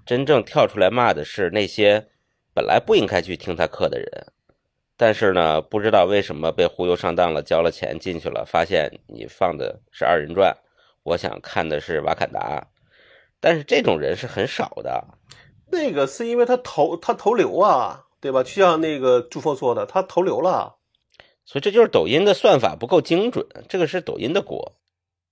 S2: 真正跳出来骂的是那些本来不应该去听他课的人，但是呢，不知道为什么被忽悠上当了，交了钱进去了，发现你放的是二人转，我想看的是瓦坎达。但是这种人是很少的。
S3: 那个是因为他投他投流啊，对吧？就像那个朱峰说的，他投流了。
S2: 所以这就是抖音的算法不够精准，这个是抖音的锅。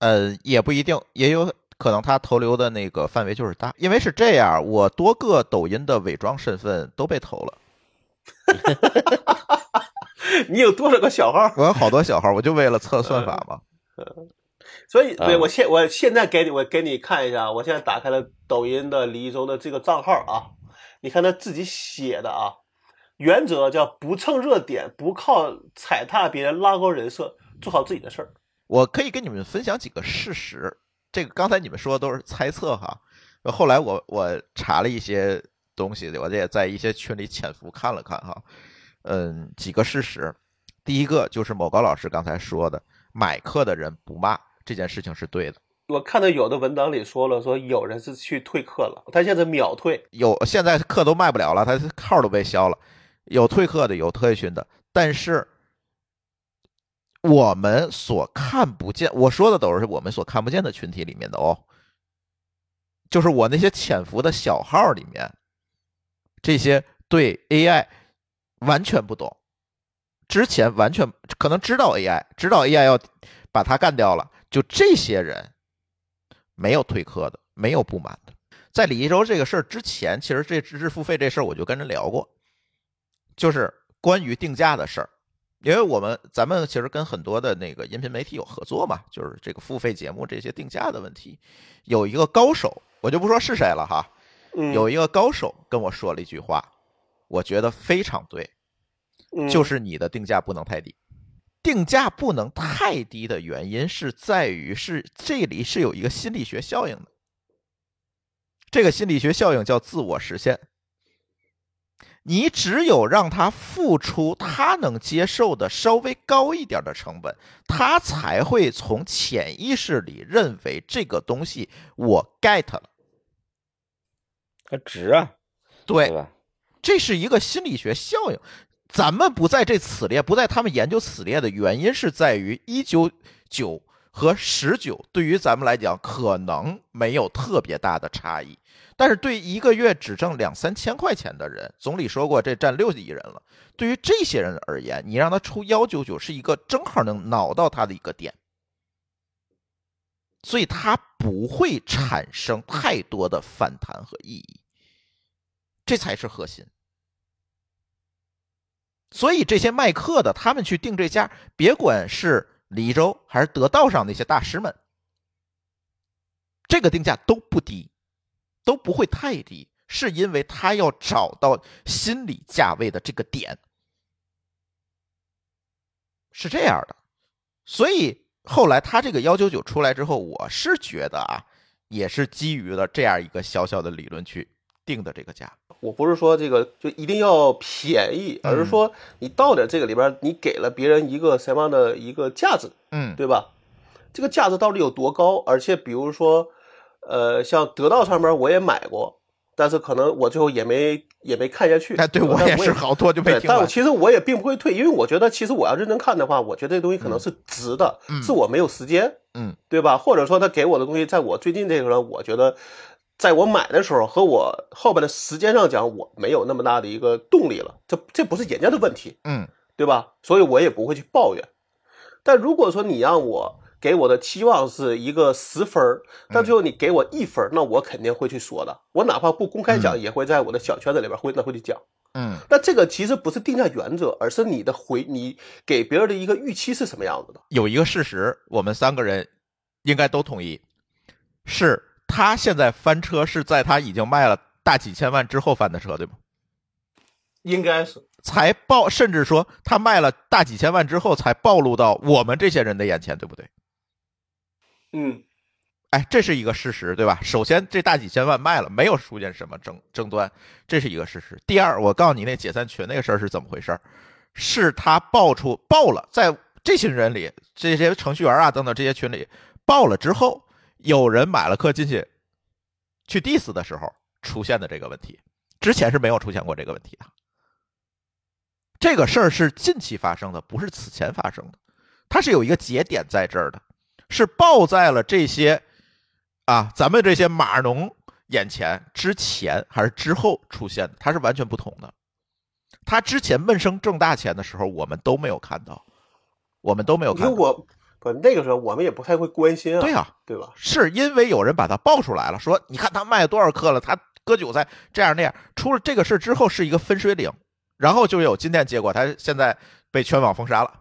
S1: 呃，也不一定，也有可能他投流的那个范围就是大，因为是这样，我多个抖音的伪装身份都被投了，
S3: 你有多少个小号？
S1: 我有好多小号，我就为了测算法嘛。
S3: 所以，对
S2: 啊
S3: 我现我现在给你我给你看一下，我现在打开了抖音的李一舟的这个账号啊，你看他自己写的啊，原则叫不蹭热点，不靠踩踏别人拉高人设，做好自己的事儿。
S1: 我可以跟你们分享几个事实。这个刚才你们说的都是猜测哈，后来我我查了一些东西，我这也在一些群里潜伏看了看哈。嗯，几个事实，第一个就是某高老师刚才说的，买课的人不骂这件事情是对的。
S3: 我看到有的文章里说了，说有人是去退课了，他现在秒退。
S1: 有现在课都卖不了了，他号都被消了，有退课的，有退群的，但是我们所看不见，我说的都是我们所看不见的群体里面的哦，就是我那些潜伏的小号里面，这些对 AI 完全不懂，之前完全可能知道 AI，知道 AI 要把它干掉了，就这些人没有退课的，没有不满的。在李一舟这个事儿之前，其实这知识付费这事儿我就跟人聊过，就是关于定价的事儿，因为我们咱们其实跟很多的那个音频媒体有合作嘛，就是这个付费节目这些定价的问题，有一个高手，我就不说是谁了哈，
S3: 嗯，
S1: 有一个高手跟我说了一句话，我觉得非常对，
S3: 嗯
S1: 就是你的定价不能太低。定价不能太低的原因是在于是这里是有一个心理学效应的，这个心理学效应叫自我实现。你只有让他付出他能接受的稍微高一点的成本，他才会从潜意识里认为这个东西我 get 了。
S2: 它值啊，
S1: 对
S2: 对，吧？
S1: 这是一个心理学效应。咱们不在这此列，不在他们研究此列的原因是在于一九九和十九对于咱们来讲可能没有特别大的差异，但是对一个月只挣两三千块钱的人，总理说过这占六亿人了。对于这些人而言，你让他出幺九九是一个正好能挠到他的一个点，所以他不会产生太多的反弹和意义。这才是核心。所以这些卖课的，他们去定这价，别管是李州还是得道上那些大师们，这个定价都不低，都不会太低，是因为他要找到心理价位的这个点，是这样的。所以后来他这个幺九九出来之后，我是觉得啊，也是基于了这样一个小小的理论去定的这个价。
S3: 我不是说这个就一定要便宜，而是说你到底这个里边你给了别人一个什么样的一个价值，
S1: 嗯，
S3: 对吧？这个价值到底有多高？而且比如说，呃，像得到上面我也买过，但是可能我最后也没也没看下去。
S1: 哎，对
S3: 呃
S1: 我
S3: 但
S1: 也是好多就没
S3: 对，
S1: 听
S3: 但我
S1: 完。
S3: 其实我也并不会退，因为我觉得其实我要认真看的话，我觉得这东西可能是值的，
S1: 嗯
S3: 是我没有时间，
S1: 嗯，
S3: 对吧？或者说他给我的东西，在我最近这个呢，我觉得在我买的时候和我后边的时间上讲，我没有那么大的一个动力了，这这不是人家的问题，
S1: 嗯
S3: 对吧？所以我也不会去抱怨。但如果说你让我给我的期望是一个十分儿，
S1: 嗯
S3: 但最后你给我一分儿，那我肯定会去说的。我哪怕不公开讲，也会在我的小圈子里边会那会去讲。
S1: 嗯
S3: 那这个其实不是定价原则，而是你的回你给别人的一个预期是什么样子的。
S1: 有一个事实，我们三个人应该都同意，是他现在翻车是在他已经卖了大几千万之后翻的车，对吗？
S3: 应该是
S1: 才暴，甚至说他卖了大几千万之后才暴露到我们这些人的眼前，对不对？
S3: 嗯，
S1: 哎，这是一个事实，对吧？首先，这大几千万卖了，没有出现什么争争端，这是一个事实。第二，我告诉你，那解散群那个事儿是怎么回事儿？是他爆出爆了，在这群人里，这些程序员啊等等这些群里爆了之后，有人买了课进去去 diss 的时候出现的这个问题，之前是没有出现过这个问题的。这个事儿是近期发生的，不是此前发生的，它是有一个节点在这儿的，是爆在了这些啊咱们这些码农眼前之前还是之后出现的，它是完全不同的。它之前闷声挣大钱的时候，我们都没有看到，我们都没有
S3: 因为
S1: 看到。
S3: 我不那个时候我们也不太会关心啊，
S1: 对
S3: 对
S1: 呀、
S3: 吧？
S1: 是因为有人把他爆出来了，说你看他卖了多少克了，他割韭菜这样那样。出了这个事之后是一个分水岭，然后就有今天结果，他现在被全网封杀了，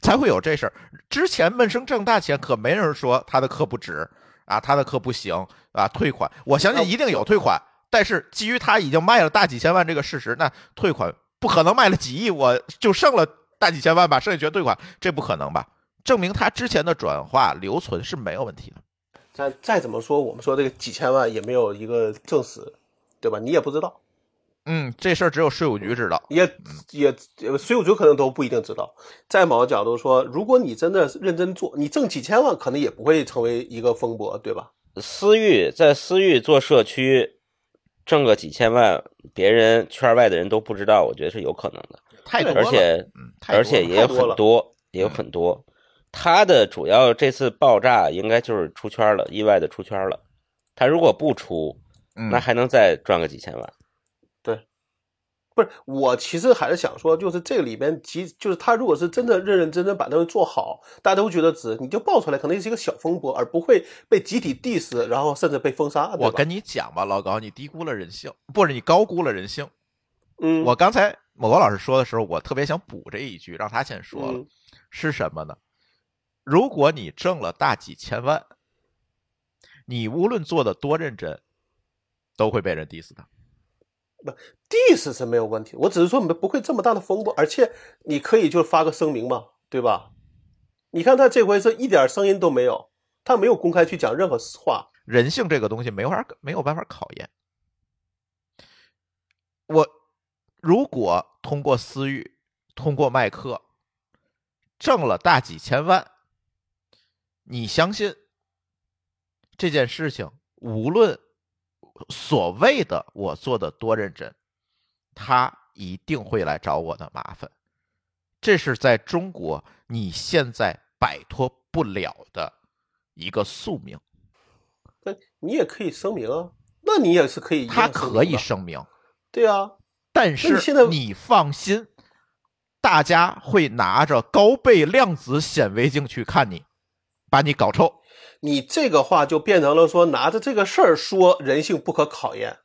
S1: 才会有这事儿。之前闷声挣大钱，可没人说他的课不值啊，他的课不行啊，退款。我相信一定有退款，但是基于他已经卖了大几千万这个事实，那退款不可能卖了几亿，我就剩了大几千万吧，剩下全退款，这不可能吧？证明他之前的转化留存是没有问题的。
S3: 但再怎么说，我们说这个几千万也没有一个证实，对吧？你也不知道，
S1: 嗯，这事儿只有税务局知道。
S3: 也也呃也税务局可能都不一定知道。在某个角度说，如果你真的是认真做，你挣几千万可能也不会成为一个风波，对吧？
S2: 私域在私域做社区，挣个几千万，别人圈外的人都不知道，我觉得是有可能的。
S1: 太多了，
S2: 而且
S1: 嗯，太多了嗯
S2: 而且也有
S3: 太多
S2: 很
S3: 了
S2: 多，也有很多。他的主要这次爆炸应该就是出圈了，意外的出圈了。他如果不出，
S1: 嗯
S2: 那还能再赚个几千万。
S3: 不是，我其实还是想说，就是这个里边，其就是他如果是真的认认真真把东西做好，大家都觉得值，你就爆出来，可能也是一个小风波，而不会被集体 diss，然后甚至被封杀。对吧
S1: 我跟你讲吧，老高，你低估了人性，不是你高估了人性。
S3: 嗯，
S1: 我刚才某国老师说的时候，我特别想补这一句，让他先说了
S3: 嗯，
S1: 是什么呢？如果你挣了大几千万，你无论做的多认真，都会被人 diss 的。
S3: diss 是没有问题，我只是说没不会这么大的风波，而且你可以就发个声明嘛，对吧？你看他这回是一点声音都没有，他没有公开去讲任何话，
S1: 人性这个东西没法没有办法考验。我如果通过私域，通过卖课挣了大几千万，你相信这件事情，无论所谓的我做的多认真，他一定会来找我的麻烦。这是在中国你现在摆脱不了的一个宿命。
S3: 那你也可以声明啊，那你也是可以一样
S1: 他
S3: 声明
S1: 可以
S3: 的
S1: 声明，
S3: 对啊，
S1: 但
S3: 那
S1: 是
S3: 你现在
S1: 你放心，大家会拿着高倍量子显微镜去看你，把你搞臭。
S3: 你这个话就变成了说拿着这个事儿说人性不可考验，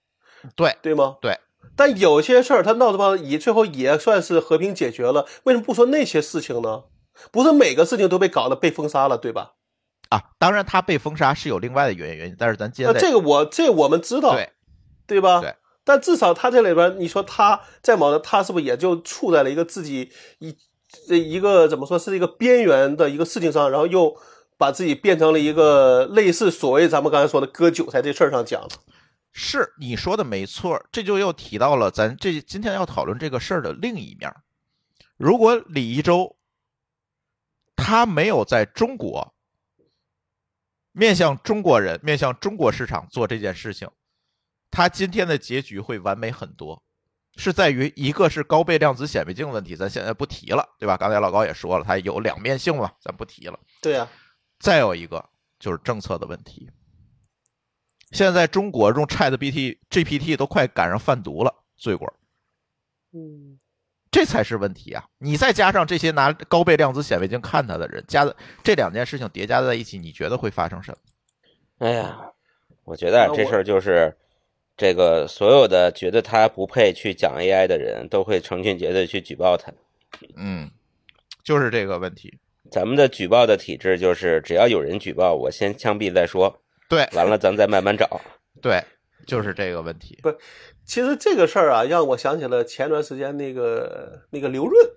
S1: 对，
S3: 对吗？
S1: 对。
S3: 但有些事儿他闹着吧，也最后也算是和平解决了，为什么不说那些事情呢？不是每个事情都被搞得被封杀了，对吧？
S1: 啊，当然他被封杀是有另外的原因，原因，但是咱今
S3: 那
S1: 天
S3: 呃这个我这我们知道，
S1: 对
S3: 对吧？
S1: 对。
S3: 但至少他这里边，你说他在某的，他是不是也就处在了一个自己一这一个怎么说是一个边缘的一个事情上，然后又把自己变成了一个类似所谓咱们刚才说的割韭菜这事儿上讲了。
S1: 是你说的没错儿，这就又提到了咱这今天要讨论这个事儿的另一面儿。如果李一舟他没有在中国面向中国人、面向中国市场做这件事情，他今天的结局会完美很多。是在于一个是高倍量子显微镜问题，咱现在不提了，对吧？刚才老高也说了，它有两面性嘛，咱不提了。
S3: 对啊呀、
S1: 再有一个就是政策的问题。现在中国用 Chat BT GPT 都快赶上贩毒了，罪过，
S3: 嗯，
S1: 这才是问题啊！你再加上这些拿高倍量子显微镜看它的人，加的这两件事情叠加在一起，你觉得会发生什么？
S2: 哎呀，我觉得啊
S3: 那我
S2: 这事儿就是这个所有的觉得他不配去讲 AI 的人都会成群结队去举报他。
S1: 嗯，就是这个问题。
S2: 咱们的举报的体制就是，只要有人举报，我先枪毙再说，
S1: 对
S2: 完了咱们再慢慢找。
S1: 对，就是这个问题。
S3: 其实这个事儿啊，让我想起了前段时间那个那个刘润，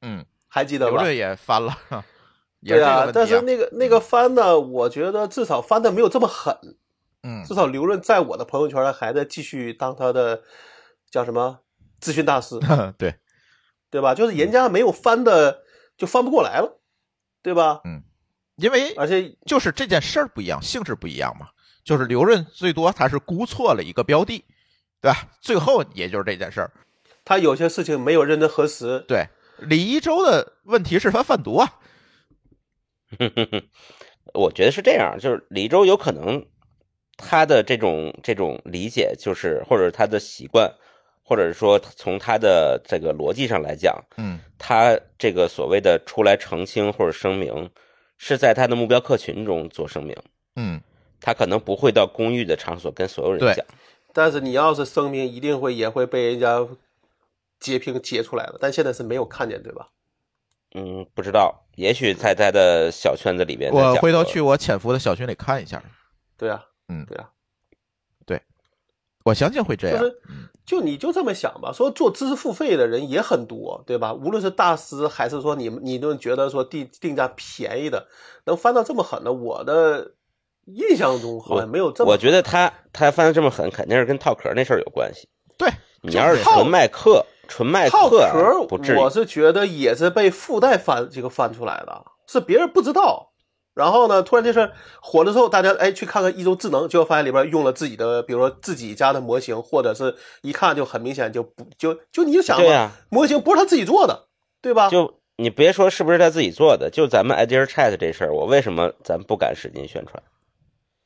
S1: 嗯，
S3: 还记得
S1: 刘
S3: 吧？
S1: 瑞也翻了， 也
S3: 对
S1: 是这个
S3: 啊，
S1: 问题、
S3: 但是那个那个翻呢，我觉得至少翻的没有这么狠，
S1: 嗯
S3: 至少刘润在我的朋友圈儿还在继续当他的叫什么咨询大师，
S1: 嗯 对，
S3: 对吧？就是人家没有翻的，就翻不过来了，对吧？
S1: 因为
S3: 而且
S1: 就是这件事儿不一样，性质不一样嘛。就是刘润最多他是估错了一个标的，对吧？最后也就是这件事儿。
S3: 他有些事情没有认真核实，
S1: 对，李一舟的问题是他贩毒啊，
S2: 我觉得是这样，就是李周有可能他的这种这种理解，就是或者他的习惯，或者说从他的这个逻辑上来讲，
S1: 嗯，
S2: 他这个所谓的出来澄清或者声明，是在他的目标客群中做声明，
S1: 嗯，
S2: 他可能不会到公寓的场所跟所有人
S1: 对
S2: 讲。
S3: 但是你要是声明，一定会也会被人家截屏截出来的。但现在是没有看见，对吧？
S2: 嗯，不知道，也许在他的小圈子里边，
S1: 我回头去。我潜伏的小群里看一下，
S3: 对啊，
S1: 我相信会
S2: 啊
S1: 这样
S3: 就。是
S2: 嗯
S3: 就你就这么想吧，说做知识付费的人也很多，对吧？无论是大师还是说你们，你都觉得说定定价便宜的，能翻到这么狠的，我的印象中好像没有这么
S2: 我觉得他他翻的这么狠，肯定是跟套壳那事儿有关系。
S1: 对，
S2: 你要是
S3: 套
S2: 纯卖课，纯卖
S3: 套
S2: 课
S3: 壳
S2: 啊
S3: 儿
S2: 不至于。
S3: 我是觉得也是被附带翻这个翻出来的，是别人不知道。然后呢，突然这事儿火了之后，大家哎去看看一周智能，结果发现里边用了自己的，比如说自己家的模型，或者是一看就很明显就不就就你就想啊
S2: 对啊
S3: 吧，
S2: 呀、
S3: 模型不是他自己做的，对吧？
S2: 就你别说是不是他自己做的，就咱们 Idea Chat 这事儿，我为什么咱不敢使劲宣传？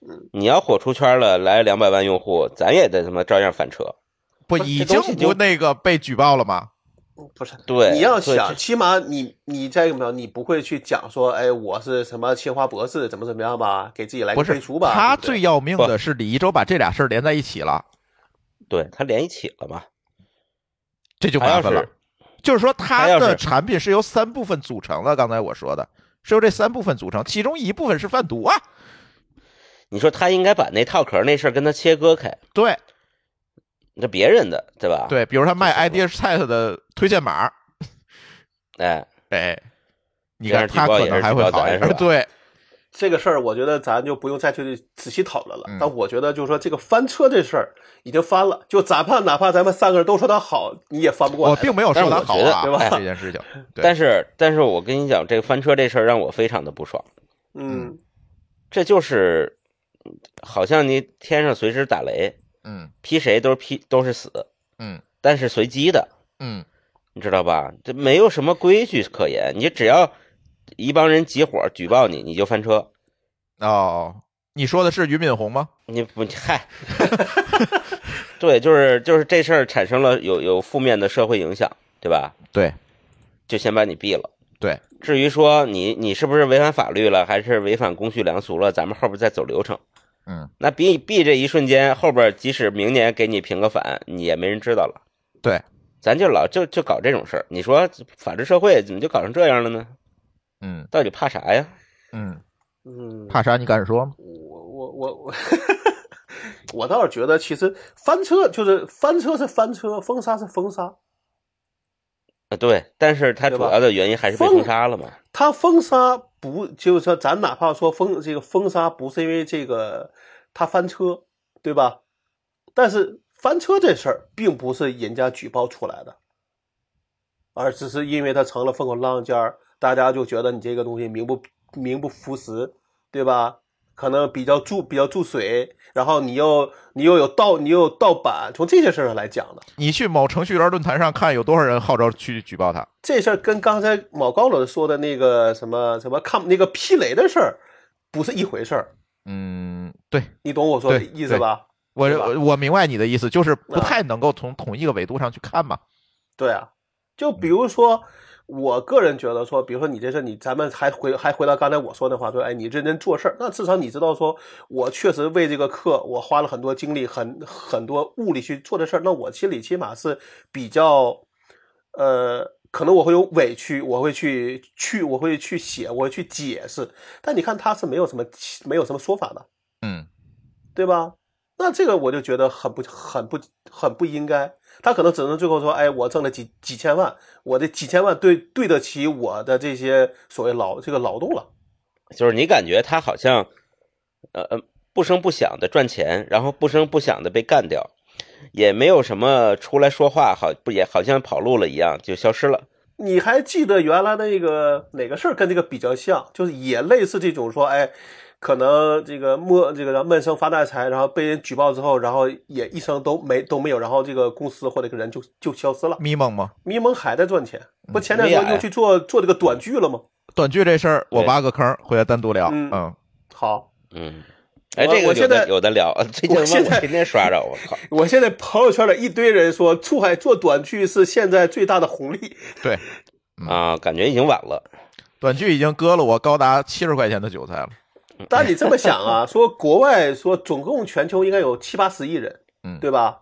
S3: 嗯
S2: 你要火出圈了，来两百万用户，咱也得他妈照样翻车。
S1: 不
S2: 不是
S1: 已
S2: 这
S1: 经
S2: 东西
S1: 不
S2: 就
S1: 那个被举报了吗？
S3: 不是，
S2: 对
S3: 你要
S2: 所以这
S3: 想，起码你你再怎么样，你不会去讲说，哎，我是什么清华博士，怎么怎么样吧，给自己来
S1: 不
S3: 个
S1: 是
S3: 背书，吧。
S1: 他
S3: 对不对
S1: 最要命的是李一舟把这俩事儿连在一起了。
S2: 对他连一起了嘛？
S1: 这就
S2: 还
S1: 麻
S2: 要
S1: 烦了
S2: 是。
S1: 就是说，它
S2: 还要
S1: 的
S2: 是
S1: 产品是由三部分组成的，刚才我说的是由这三部分组成，其中一部分是贩毒啊，
S2: 你说他应该把那套壳那事儿跟他切割开，
S1: 对
S2: 这别人的对吧？，
S1: 对，比如他卖
S2: 这
S1: idea set 的推荐码，
S2: 哎，
S1: 哎，你
S2: 这
S1: 看他
S2: 样举报
S1: 可
S2: 也
S1: 能
S2: 是
S1: 还
S2: 举
S1: 会
S2: 报
S1: 好
S2: 咱
S1: 一
S2: 是
S1: 点，
S2: 吧
S1: 对，
S3: 这个事儿，我觉得咱就不用再去仔细讨论了。
S1: 嗯
S3: 但我觉得，就是说这个翻车这事儿已经翻了，就哪怕哪怕咱们三个人都说他好，你也翻不过
S1: 我
S3: 来。
S1: 并没有说他好啊，
S3: 但我觉得对吧
S1: 这件事情，对
S2: 但是但是我跟你讲，这个翻车这事儿让我非常的不爽，
S3: 嗯，
S2: 这就是嗯好像你天上随时打雷，
S1: 嗯
S2: 劈谁都是劈都是死，
S1: 嗯
S2: 但是随机的，
S1: 嗯，
S2: 你知道吧？这没有什么规矩可言，你只要一帮人集火举报你，你就翻车。
S1: 哦，你说的是俞敏洪吗？
S2: 你不你 嗨，对，就是就是这事儿产生了有有负面的社会影响，对吧？
S1: 对
S2: 就先把你毙了。
S1: 对，
S2: 至于说你你是不是违反法律了，还是违反公序良俗了，咱们后边再走流程。
S1: 嗯，
S2: 那毙毙这一瞬间，后边即使明年给你平个反，你也没人知道了。
S1: 对，
S2: 咱就老就就搞这种事儿。你说法治社会怎么就搞成这样了呢？
S1: 嗯
S2: 到底怕啥呀？
S1: 嗯，
S3: 嗯，
S1: 怕啥？你敢说吗？
S3: 我我我我，我倒是觉得，其实翻车就是翻车是翻车，封杀是封杀。
S2: 啊，对，但是它
S3: 对
S2: 主
S3: 吧
S2: 要的原因还是被
S3: 疯
S2: 封杀了嘛。
S3: 他封杀不就是说，咱哪怕说封这个封杀不是因为这个他翻车，对吧？但是翻车这事儿并不是人家举报出来的，而只是因为他成了风口浪尖儿，大家就觉得你这个东西名不名不符实，对吧？可能比较注比较注水，然后你又你又有盗你又有盗版，从这些事儿上来讲的。
S1: 你去某程序员论坛上看有多少人号召去举报他？
S3: 这事儿跟刚才某高老师说的那个什么什么看那个劈雷的事儿不是一回事儿，
S1: 嗯，对
S3: 你懂我说的
S1: 对
S3: 意思吧？
S1: 我
S3: 对吧
S1: 我明白你的意思，就是不
S3: 啊
S1: 太能够从同一个维度上去看嘛。
S3: 对啊，就比如说，我个人觉得说，比如说你这事儿，你咱们还回还回到刚才我说那话，说哎，你认真做事儿，那至少你知道说，我确实为这个课我花了很多精力，很很多物力去做这事儿，那我心里起码是比较，呃，可能我会有委屈，我会去去，我会去写，我会去解释，但你看他是没有什么没有什么说法的。
S1: 嗯
S3: 对吧？那这个我就觉得很不、很不、很不应该。他可能只能最后说：“哎，我挣了几几千万，我这几千万对对得起我的这些所谓劳这个劳动了。
S2: 就是你感觉他好像，呃呃，不声不响的赚钱，然后不声不响的被干掉，也没有什么出来说话，好不也好像跑路了一样，就消失了。”
S3: 你还记得原来那个哪个事儿跟这个比较像？就是也类似这种说：“哎，可能这个闷这个闷声发大财，然后被人举报之后，然后也一声都没都没有，然后这个公司或者个人就就消失了。
S1: 迷蒙吗？
S3: 迷蒙还在赚钱，不前两
S2: 薇娅
S3: 天又
S2: 呀
S3: 去做做这个短剧了吗？
S1: 短剧这事儿，我
S2: 对
S1: 挖个坑儿，回来单独聊。
S3: 嗯
S1: 嗯，
S3: 好，
S2: 嗯，哎，
S3: 我
S2: 这个
S3: 我
S2: 有
S3: 现
S2: 的
S3: 在
S2: 有的聊，最近
S3: 我现在
S2: 我天天刷着，我靠，
S3: 我现在朋友圈里一堆人说，出海做短剧是现在最大的红利。
S1: 对，
S3: 嗯
S2: 啊，感觉已经晚了。
S1: 短剧已经割了我高达七十块钱的韭菜了。
S3: 但你这么想啊，说国外说总共全球应该有七八十亿人，
S1: 嗯
S3: 对吧？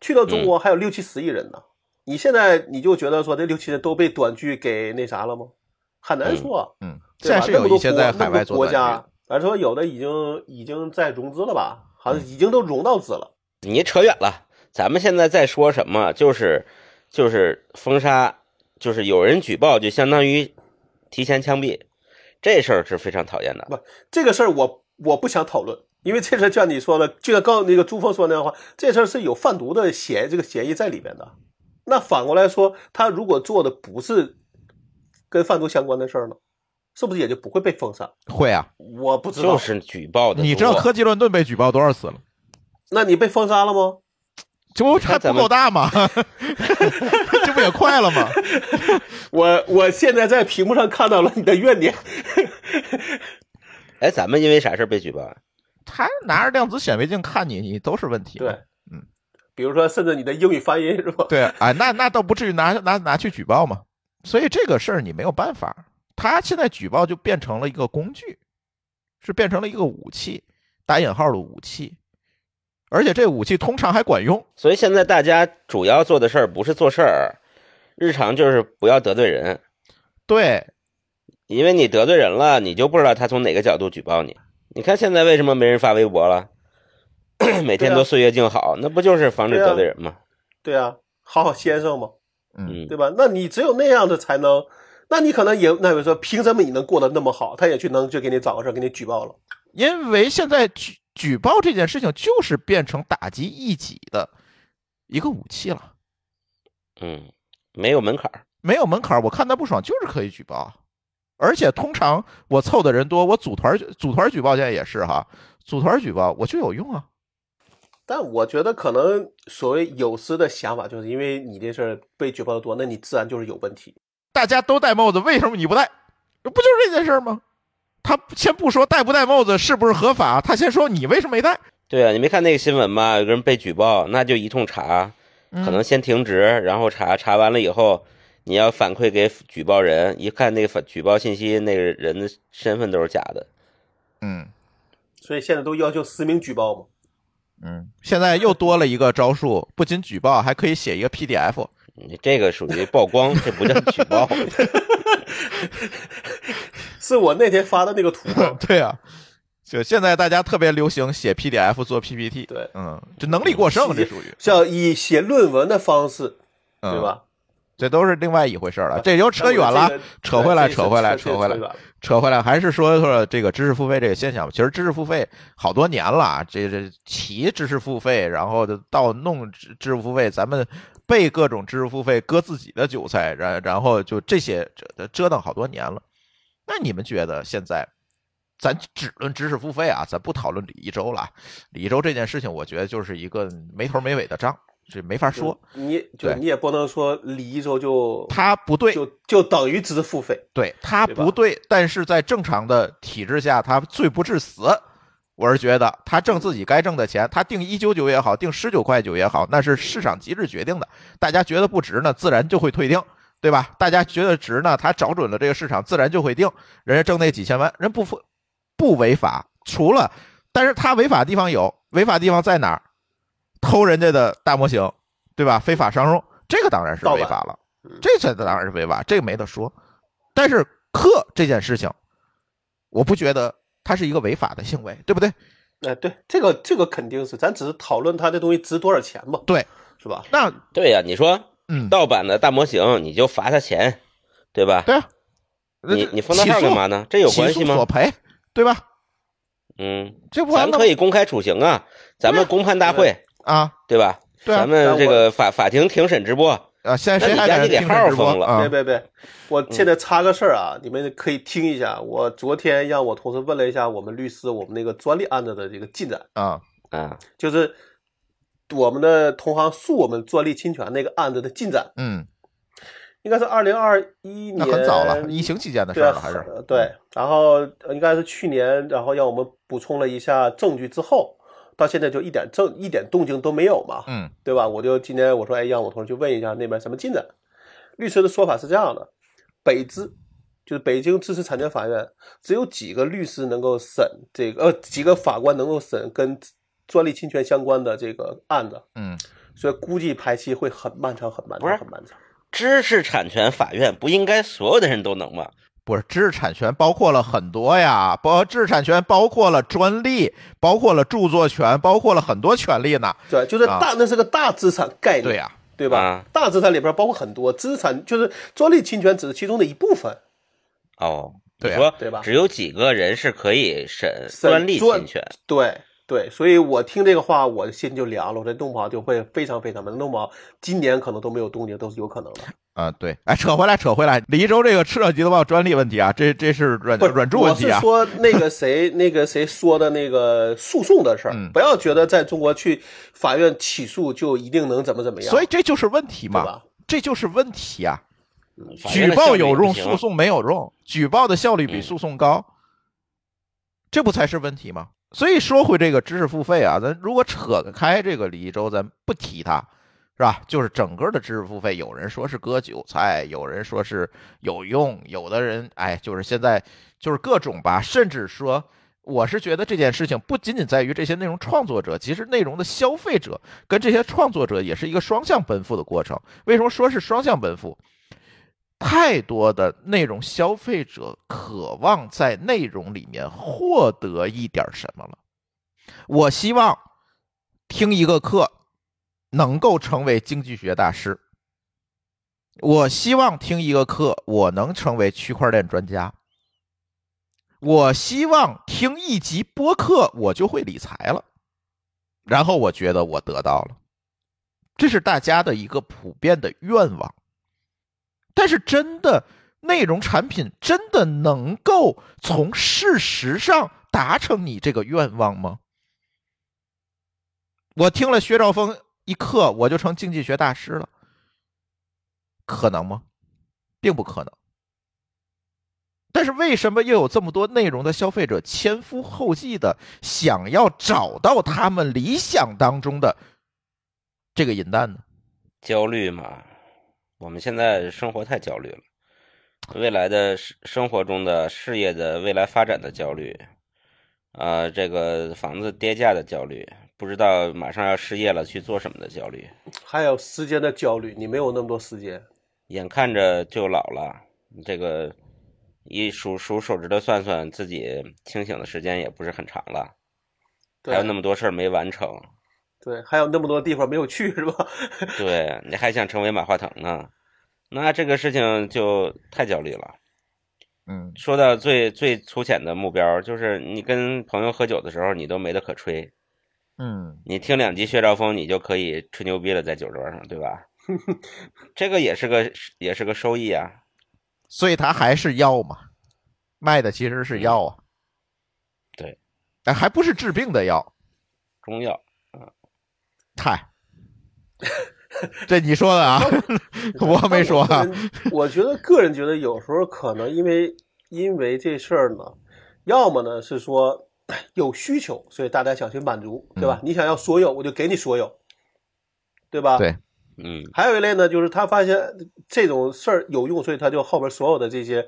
S3: 去到中国还有六七十亿人呢。你现在你就觉得说这六七人都被短剧给那啥了吗？很难说啊，
S1: 嗯，现
S3: 对
S1: 在
S3: 吧
S1: 是有一些在海外
S3: 那么多
S1: 做
S3: 国那么多国
S1: 短剧
S3: 家，而说有的已经已经在融资了吧，好
S1: 嗯
S3: 像已经都融到资了。
S2: 你扯远了，咱们现在在说什么？就是就是封杀，就是有人举报，就相当于提前枪毙，这事儿是非常讨厌的。
S3: 这个事儿我我不想讨论，因为这事儿就像你说的，就像刚那个朱峰说那样的话，这事儿是有贩毒的嫌这个嫌疑在里面的。那反过来说，他如果做的不是跟贩毒相关的事儿呢，是不是也就不会被封杀？
S1: 会啊。
S3: 我不知道，
S2: 就是举报的多，
S1: 你知道科技乱炖被举报多少次了？
S3: 那你被封杀了吗？
S1: 这不还不够大吗？ 这不也快了吗？
S3: 我我现在在屏幕上看到了你的怨念，
S2: 哎，咱们因为啥事儿被举报啊？
S1: 他拿着量子显微镜看你，你都是问题嘛。
S3: 对，嗯，比如说甚至你的英语发音是吧？
S1: 对，哎，那那倒不至于拿拿拿去举报嘛。所以这个事儿你没有办法，他现在举报就变成了一个工具，是变成了一个武器，打引号的武器，而且这武器通常还管用。
S2: 所以现在大家主要做的事儿不是做事儿，日常就是不要得罪人，
S1: 对，
S2: 因为你得罪人了，你就不知道他从哪个角度举报你。你看现在为什么没人发微博了？ 每天
S3: 对啊
S2: 都岁月静好，那不就是防止
S3: 对啊
S2: 得罪人吗？
S3: 对啊，好好先生嘛，
S2: 嗯，
S3: 对吧？那你只有那样子才能，那你可能也那比如说，凭什么你能过得那么好？他也去能就给你找个事儿，给你举报了。
S1: 因为现在举举报这件事情就是变成打击异己的一个武器了，
S2: 嗯，没有门槛儿。
S1: 没有门槛儿，我看他不爽就是可以举报，啊而且通常我凑的人多，我组团组团举报现在也是哈，组团举报我就有用啊，
S3: 但我觉得可能所谓有私的想法，就是因为你这事儿被举报的多，那你自然就是有问题。
S1: 大家都戴帽子，为什么你不戴？不就是这件事儿吗？他先不说戴不戴帽子是不是合法，他先说你为什么没戴，
S2: 对啊，你没看那个新闻吗？有个人被举报，那就一通查，
S1: 嗯
S2: 可能先停职，然后查查完了以后，你要反馈给举报人，一看那个反举报信息，那个人的身份都是假的。
S1: 嗯
S3: 所以现在都要求实名举报嘛。
S1: 嗯，现在又多了一个招数，不仅举报，还可以写一个 PDF。？
S2: 你这个属于曝光，这不叫举报。
S3: 是我那天发的那个图吗
S1: 对啊，就现在大家特别流行写 PDF 做 PPT，
S3: 对
S1: 嗯，这能力过剩，这属于，
S3: 像以写论文的方式，
S1: 嗯、
S3: 对？吧？
S1: 这都是另外一回事儿了，这就扯远
S3: 那我
S1: 了
S3: 这个，
S1: 扯回来，
S3: 对
S1: 扯回来，
S3: 这是
S1: 扯回
S3: 这
S1: 来，
S3: 个
S1: 扯回来，还是说说这个知识付费这个现象吧。其实知识付费好多年了，啊这这提知识付费，然后就到弄知知识付费，咱们被各种知识付费割自己的韭菜，然然后就这些折折腾好多年了。那你们觉得现在，咱只论知识付费啊，咱不讨论李一周了啊。李一周这件事情，我觉得就是一个没头没尾的账，这没法说。
S3: 你就
S1: 对
S3: 你也不能说理一周就
S1: 他不对，
S3: 就就等于只是付费，
S1: 对他
S3: 对吧
S1: 不对，但是在正常的体制下，他罪不至死。我是觉得他挣自己该挣的钱，他定一九九也好，定十九块九也好，那是市场机制决定的。大家觉得不值呢，自然就会退订，对吧？大家觉得值呢，他找准了这个市场，自然就会定。人家挣那几千万，人不不违法，除了，但是他违法地方有，违法地方在哪儿？偷人家的大模型，对吧？非法商用，这个当然是
S3: 盗
S1: 违
S3: 版
S1: 法了
S3: 嗯，
S1: 这这当然是违法，这个没得说。但是克这件事情，我不觉得它是一个违法的行为，对不对？
S3: 哎、对，这个这个肯定是，咱只是讨论它这东西值多少钱嘛，
S1: 对，
S3: 是吧？
S1: 那
S2: 对呀、你说
S1: 嗯，
S2: 盗版的大模型，你就罚他钱，对吧？
S1: 对啊，
S2: 你
S1: 那
S2: 你封他号干嘛？呢？这有
S1: 起诉
S2: 关系
S1: 起诉索
S2: 吗？
S1: 赔，对吧？
S2: 嗯，
S1: 这不
S2: 咱
S1: 完了
S2: 可以公开处刑啊，咱们公判大会，
S1: 啊？
S2: 对吧？
S1: 对啊
S2: 咱，们这
S3: 但我
S2: 个法法庭庭审直播，
S1: 啊，现在谁
S2: 那你
S1: 还
S2: 赶
S1: 敢
S2: 紧给
S1: 听这
S2: 号
S1: 直播
S2: 封了
S1: 啊嗯
S3: 别？别别，我现在插个事儿啊，你们可以听一下。我昨天让我同事问了一下我们律师，我们那个专利案子的这个进展，
S1: 啊，
S2: 啊，
S3: 就是我们的同行诉我们专利侵权那个案子的进展，
S1: 嗯，
S3: 应该是二零二一年，
S1: 那很早
S2: 呃
S1: 了，疫情期间的事
S3: 对
S1: 儿
S3: 啊，
S1: 了，还是嗯
S3: 呃对。然后呃应该是去年，然后让我们补充了一下证据之后，到现在就一点证一点动静都没有嘛，
S1: 嗯
S3: 对吧？我就今天我说，哎，让我同事去问一下那边什么进展。律师的说法是这样的：北知就是北京知识产权法院，只有几个律师能够审这个，呃，几个法官能够审跟专利侵权相关的这个案子，
S1: 嗯，
S3: 所以估计排期会很漫长，很漫
S2: 不是
S3: 长，很漫长。
S2: 知识产权法院不应该所有的人都能吗？
S1: 不是知识产权包括了很多呀，包知识产权包括了专利，包括了著作权，包括了很多权利呢。
S3: 对，就是
S1: 啊
S3: 大，那是个大资产概念。
S1: 对呀、
S3: 对吧？
S2: 啊
S3: 大资产里边包括很多资产，就是专利侵权只是其中的一部分。
S2: 哦，
S1: 对啊
S2: 你说
S3: 对吧
S2: 只有几个人是可以审
S3: 审
S2: 专利
S3: 专
S2: 侵权，
S3: 对对，所以我听这个话，我心就凉了。我这弄不好就会非常非常闷，弄不好今年可能都没有动静，都是有可能的。
S1: 啊，对，哎，扯回来，扯回来，李一周这个涉及到专利问题啊，这这是软
S3: 不是，
S1: 软著问题啊
S3: 我是，说那个谁，那个谁说的那个诉讼的事儿，
S1: 嗯
S3: 不要觉得在中国去法院起诉就一定能怎么怎么样，
S1: 所以这就是问题
S3: 对
S1: 嘛，
S3: 吧？
S1: 这就是问题啊。
S2: 法
S1: 举
S2: 院的效
S1: 报
S2: 率
S1: 有
S2: 不
S1: 用，
S2: 行啊
S1: 诉讼没有用，举报的效率比
S2: 嗯
S1: 诉讼高，这不才是问题吗？所以说回这个知识付费啊，咱如果扯开这个李一周，咱不提他，是吧？就是整个的知识付费，有人说是割韭菜，有人说是有用，有的人哎，就是现在就是各种吧，甚至说我是觉得这件事情不仅仅在于这些内容创作者，其实内容的消费者跟这些创作者也是一个双向奔赴的过程。为什么说是双向奔赴？太多的内容消费者渴望在内容里面获得一点什么了。我希望听一个课能够成为经济学大师，我希望听一个课我能成为区块链专家。我希望听一集播客，我就会理财了。然后我觉得我得到了，这是大家的一个普遍的愿望。但是，真的内容产品真的能够从事实上达成你这个愿望吗？我听了薛兆丰一课，我就成经济学大师了，可能吗？并不可能。但是为什么又有这么多内容的消费者前赴后继的想要找到他们理想当中的这个银弹呢？
S2: 焦虑嘛，我们现在生活太焦虑了，未来的生生活中的事业的未来发展的焦虑，啊、这个房子跌价的焦虑，不知道马上要失业了去做什么的焦虑，
S3: 还有时间的焦虑，你没有那么多时间。
S2: 眼看着就老了，这个一数数手指头算算，自己清醒的时间也不是很长了，还
S3: 对
S2: 有那么多事儿没完成，
S3: 对，还有那么多地方没有去，是吧？
S2: 对你还想成为马化腾呢，那这个事情就太焦虑了。
S1: 嗯，
S2: 说到最最粗浅的目标，就是你跟朋友喝酒的时候，你都没得可吹，
S1: 嗯，
S2: 你听两集薛兆丰，你就可以吹牛逼了，在酒桌上，对吧？ 这个也是个也是个收益啊，
S1: 所以他还是药嘛，卖的其实是药
S3: 嗯
S1: 啊。
S2: 对，
S1: 哎，还不是治病的药，
S2: 中药。
S1: 嗨，这你说 的啊，我没说啊
S3: 但。我个人。我觉得个人觉得有时候可能因为因为这事儿呢，要么呢是说有需求，所以大家想去满足，对
S1: 嗯
S3: 吧？你想要所有，我就给你所有，对吧？
S1: 对。
S2: 嗯，
S3: 还有一类呢，就是他发现这种事儿有用，所以他就后边所有的这些，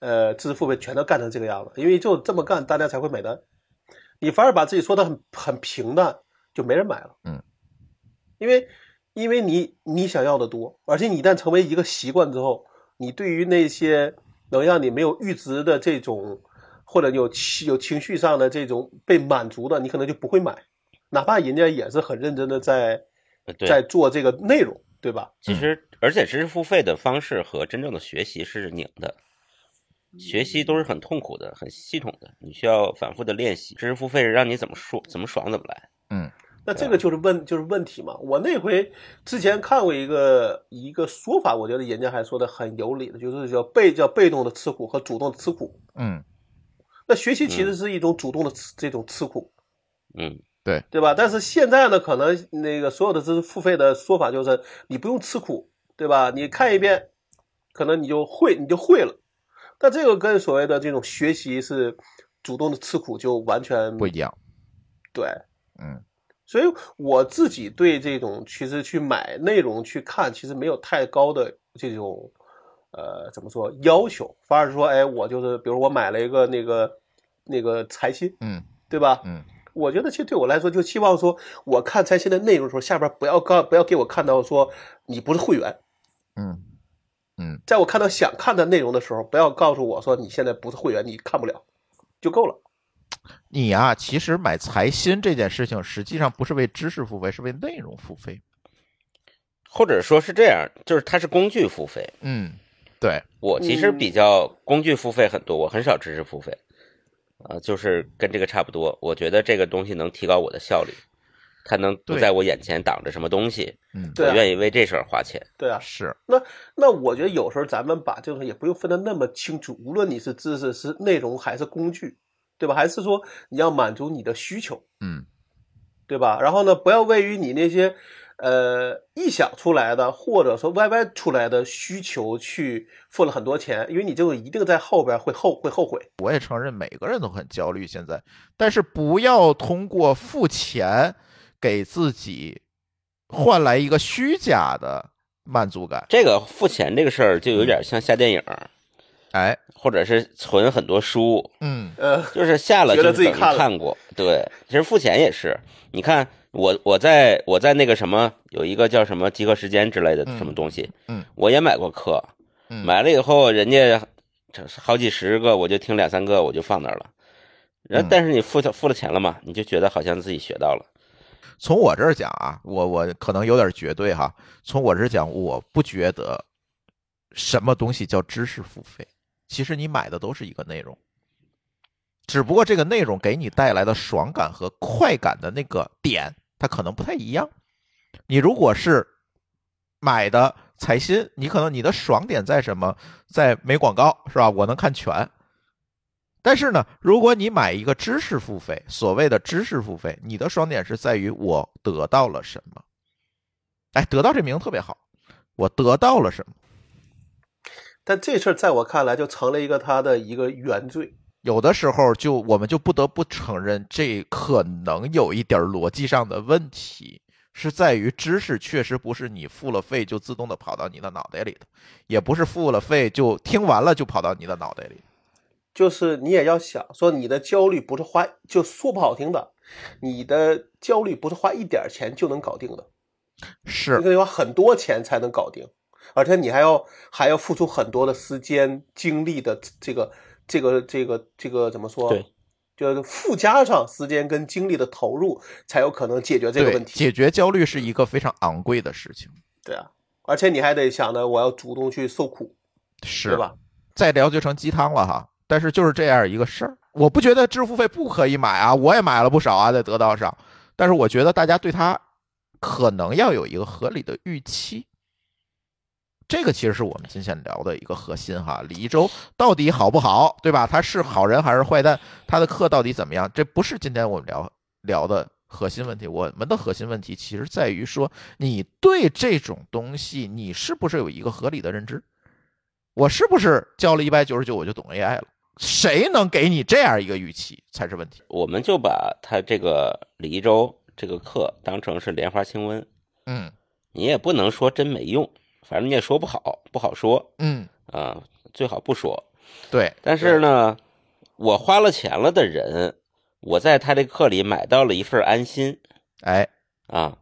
S3: 呃，知识付费全都干成这个样子，因为就这么干，大家才会买单。你反而把自己说的很很平淡，就没人买了。
S1: 嗯，
S3: 因为因为你你想要的多，而且你一旦成为一个习惯之后，你对于那些能让你没有阈值的这种，或者有情有情绪上的这种被满足的，你可能就不会买，哪怕人家也是很认真的在在
S2: 呃对，
S3: 做这个内容，对吧？
S2: 其实而且知识付费的方式和真正的学习是拧的，学习都是很痛苦的，很系统的，你需要反复的练习。知识付费是让你怎么说怎么爽怎么来。
S3: 那
S1: 啊
S3: 这个就是问就是问题嘛。我那回之前看过一个一个说法，我觉得人家还说的很有理的，就是叫被叫被动的吃苦和主动的吃苦。
S1: 嗯，
S3: 那学习其实是一种主动的吃、这种吃苦，
S2: 嗯，
S3: 对吧？但是现在呢，可能那个所有的知识付费的说法就是你不用吃苦，对吧？你看一遍，可能你就会你就会了。但这个跟所谓的这种学习是主动的吃苦就完全
S1: 不一样。
S3: 对，
S1: 嗯，
S3: 所以我自己对这种其实去买内容去看，其实没有太高的这种呃怎么说要求，反而是说，哎，我就是比如我买了一个那个那个财新，
S1: 嗯
S3: 对吧？
S1: 嗯，
S3: 我觉得其实对我来说，就希望说我看财新的内容的时候，下边不要告不要给我看到说你不是会员，
S1: 嗯
S3: 在我看到想看的内容的时候，不要告诉我说你现在不是会员，你看不了，就够了。
S1: 你呀、其实买财新这件事情，实际上不是为知识付费，是为内容付费。
S2: 或者说是这样，就是它是工具付费。
S1: 嗯，对，
S2: 我其实比较工具付费很多，我很少知识付费，啊、就是跟这个差不多。我觉得这个东西能提高我的效率，它能不
S1: 对
S2: 在我眼前挡着什么东西，
S1: 嗯，
S3: 对啊
S2: 我愿意为这事儿花钱。
S3: 对啊，
S1: 是，
S3: 那我觉得有时候咱们把这种也不用分得那么清楚，无论你是知识是内容还是工具，对吧？还是说你要满足你的需求，
S1: 嗯
S3: 对吧？然后呢，不要位于你那些呃臆想出来的或者说 YY 出来的需求去付了很多钱，因为你这种一定在后边会后会后悔。
S1: 我也承认每个人都很焦虑现在，但是不要通过付钱给自己换来一个虚假的满足感。
S2: 这个付钱这个事儿就有点像下电影儿，
S1: 哎，
S2: 或者是存很多书，
S1: 嗯
S3: 呃，
S2: 就是下了
S3: 觉
S2: 就
S3: 得
S2: 等于
S3: 自己看了
S2: 看过。对，其实付钱也是，你看我我在我在那个什么有一个叫什么集合时间之类的
S1: 嗯
S2: 什么东西，
S1: 嗯，
S2: 我也买过课，
S1: 嗯，
S2: 买了以后人家这好几十个，我就听两三个，我就放那儿了。然后
S1: 嗯
S2: 但是你付付了钱了嘛，你就觉得好像自己学到了。
S1: 从我这儿讲啊，我我可能有点绝对哈。从我这儿讲，我不觉得什么东西叫知识付费。其实你买的都是一个内容，只不过这个内容给你带来的爽感和快感的那个点，它可能不太一样。你如果是买的财新，你可能你的爽点在什么？在没广告是吧？我能看全。但是呢，如果你买一个知识付费，所谓的知识付费，你的爽点是在于我得到了什么。哎，得到这名字特别好，我得到了什么？
S3: 但这事儿在我看来就成了一个他的一个原罪。
S1: 有的时候就我们就不得不承认，这可能有一点逻辑上的问题，是在于知识确实不是你付了费就自动的跑到你的脑袋里的，也不是付了费就听完了就跑到你的脑袋里。
S3: 就是你也要想说，你的焦虑不是花，就说不好听的，你的焦虑不是花一点儿钱就能搞定的，
S1: 是
S3: 你可，能要很多钱才能搞定，而且你还要还要付出很多的时间、精力的这个这个这个这个怎么说？
S2: 对，
S3: 就是附加上时间跟精力的投入，才有可能解决这个
S1: 对，
S3: 问题。
S1: 解决焦虑是一个非常昂贵的事情。
S3: 对啊，而且你还得想着我要主动去受苦，
S1: 是
S3: 对？吧？
S1: 再聊就成鸡汤了哈。但是就是这样一个事儿，我不觉得支付费不可以买啊，我也买了不少啊，在得到上。但是我觉得大家对它可能要有一个合理的预期，这个其实是我们今天聊的一个核心哈。李一舟到底好不好，对吧？他是好人还是坏蛋？他的课到底怎么样？这不是今天我们聊聊的核心问题。我们的核心问题其实在于说，你对这种东西，你是不是有一个合理的认知？我是不是交了一百九十九我就懂 AI 了？谁能给你这样一个预期才是问题？
S2: 我们就把他这个李一舟这个课当成是莲花清瘟，
S1: 嗯
S2: 你也不能说真没用，反正你也说不好，不好说
S1: 嗯，
S2: 啊、最好不说。
S1: 对，
S2: 但是呢，我花了钱了的人，我在他这课里买到了一份安心
S1: 哎
S2: 啊，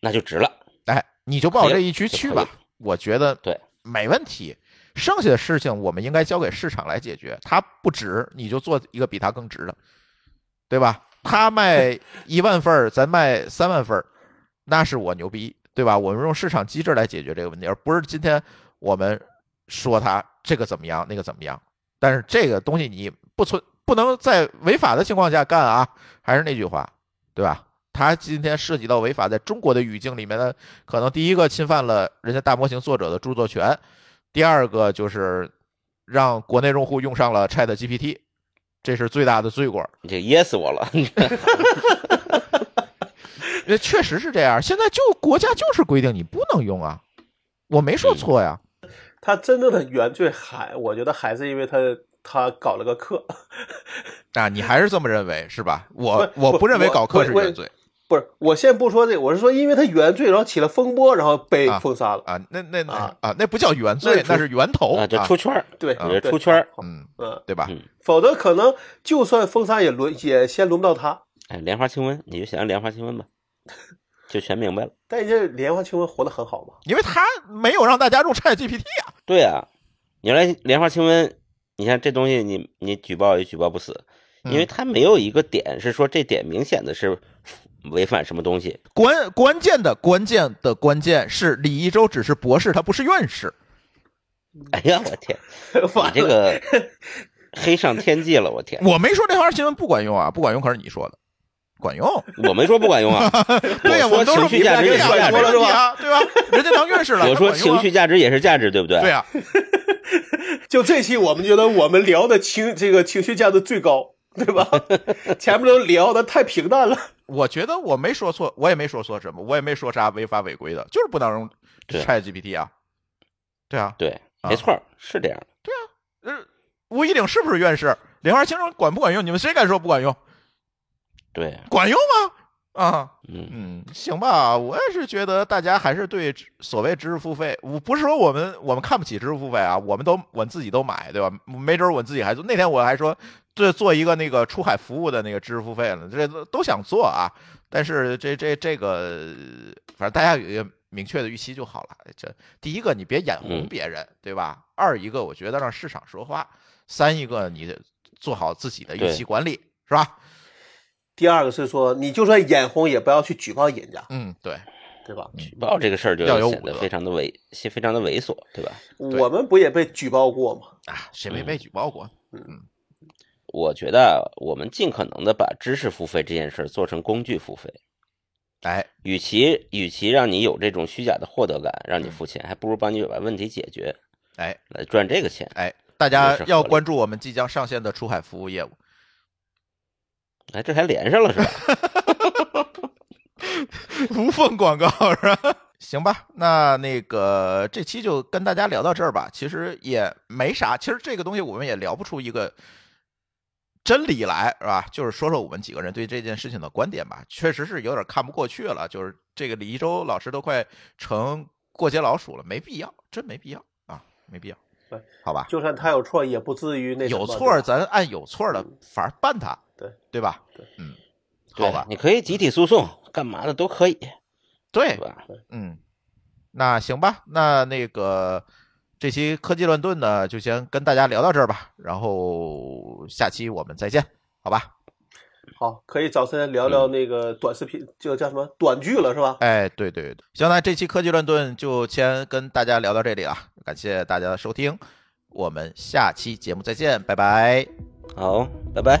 S2: 那就值了。
S1: 哎，你就抱这一局去吧
S2: 可，
S1: 我觉得
S2: 对
S1: 没问题。剩下的事情我们应该交给市场来解决，它不值你就做一个比它更值的，对吧？他卖一万份儿，咱卖三万份儿，那是我牛逼，对吧？我们用市场机制来解决这个问题，而不是今天我们说它这个怎么样，那个怎么样。但是这个东西你不存不能在违法的情况下干啊，还是那句话，对吧？它今天涉及到违法，在中国的语境里面呢，可能第一个侵犯了人家大模型作者的著作权，第二个就是让国内用户用上了 Chat GPT，这是最大的罪过。
S2: 你这噎死我了，
S1: 那确实是这样，现在就国家就是规定你不能用啊，我没说错呀。
S3: 他真正的原罪还，我觉得还是因为他他搞了个课，
S1: 啊，你还是这么认为是吧？我
S3: 不
S1: 我不认为
S3: 我
S1: 搞
S3: 我
S1: 克是
S3: 我
S1: 原罪
S3: 不是，我先不说这个，我是说因为他原罪，然后起了风波，然后被
S1: 啊
S3: 封杀了。
S1: 啊，那那那
S3: 啊
S1: 啊，那不叫原罪，
S3: 那
S1: 那是源头
S2: 啊，就出圈儿，
S3: 对，
S2: 我觉
S3: 对
S2: 得出圈儿。
S1: 嗯，
S3: 嗯，
S1: 对吧？
S2: 嗯
S3: 否则可能就算封杀也轮也先轮不到他。
S2: 哎，莲花清瘟，你就想莲花清瘟吧，就全明白了。
S3: 但这莲花清瘟活得 很好嘛，
S1: 因为他没有让大家用 Chat GPT 啊。
S2: 对啊，原来莲花清瘟，你看这东西你，你举报也举报不死，因为
S1: 嗯
S2: 它没有一个点是说这点明显的是违反什么东西。
S1: 关关键的关键的关键是李一舟只是博士，他不是院士。
S2: 哎呀，我天，
S3: 完
S2: 你
S3: 了
S2: 这个黑上天际了，我天，
S1: 我没说这条新闻不管用啊，不管用可是你说的，管 用。
S2: 我没说不管用 啊，
S1: 对呀，
S2: 我
S1: 们
S2: 说
S1: 都
S2: 情
S1: 是
S2: 绪价值
S1: 对
S2: 也
S1: 呀
S2: 是价
S1: 没问
S2: 值，
S1: 题啊，对吧？人家当院士了， 他
S2: 我说
S1: 管用
S2: 情
S1: 啊
S2: 绪价值也是价值，对不对？
S1: 对啊呀，
S3: 就这期我们觉得我们聊的情这个情绪价值最高，对 吧？前面都聊的太平淡了，
S1: 我觉得我没说错，我也没说错什么，我也没说啥违法违规的，就是不能用
S2: 对
S1: Chat GPT 啊。对啊，
S2: 对，
S1: 啊
S2: 没错儿，是这样的。
S1: 呃，吴一岭是不是院士？莲花清瘟管不管用？你们谁敢说不管用？
S2: 对，
S1: 管用吗？啊。
S2: 嗯，
S1: 嗯，行吧，我也是觉得大家还是对知所谓知识付费，我不是说我们我们看不起知识付费啊，我们都我自己都买，对吧？没准我自己还做。那天我还说，这做一个那个出海服务的那个知识付费了，这都都想做啊。但是这这这个，反正大家有一个明确的预期就好了。这第一个，你别眼红
S2: 嗯
S1: 别人，对吧？二一个，我觉得让市场说话；三一个，你做好自己的预
S2: 对
S1: 期管理，是吧？
S3: 第二个是说，你就算眼红，也不要去举报人家，
S1: 嗯，对，
S3: 对吧？
S2: 举报这个事儿就
S1: 要有
S2: 显
S1: 武
S2: 得
S1: 德
S2: 非常的猥，非常的猥琐，对吧？
S3: 我们不也被举报过吗？
S1: 啊，谁
S2: 嗯
S1: 没被举报过？
S2: 我觉得我们尽可能的把知识付费这件事儿做成工具付费，
S1: 哎，
S2: 与其与其让你有这种虚假的获得感，让
S1: 嗯
S2: 你付钱，还不如帮你把问题解决，
S1: 哎。
S2: 来赚这个钱。
S1: 哎，大家
S2: 也是合
S1: 要
S2: 理
S1: 关注我们即将上线的出海服务 业务。
S2: 哎，这还连上了是吧？
S1: 无缝广告是吧？行吧，那那个这期就跟大家聊到这儿吧。其实也没啥，其实这个东西我们也聊不出一个真理来，是吧？就是说说我们几个人对这件事情的观点吧。确实是有点看不过去了，就是这个李一舟老师都快成过街老鼠了，没必要，真没必要啊，没必要
S3: 对。
S1: 好吧，
S3: 就算他有错，也不至于那什么
S1: 有错儿
S3: 对吧嗯
S1: 咱按有错儿的法儿办他，
S3: 对
S1: 对吧？
S3: 对，
S1: 嗯，
S2: 对
S1: 好吧，
S2: 你可以集体诉讼，干嘛的都可以，
S1: 对
S2: 对，吧？
S1: 嗯，那行吧，那那个这期科技乱炖呢，就先跟大家聊到这儿吧，然后下期我们再见，好吧？
S3: 好，可以找时间聊
S1: 嗯
S3: 聊那个短视频，就叫什么短剧了，是吧？
S1: 哎，对对对，行，那这期科技乱炖就先跟大家聊到这里了，感谢大家的收听，我们下期节目再见，拜拜。
S2: 好，拜拜。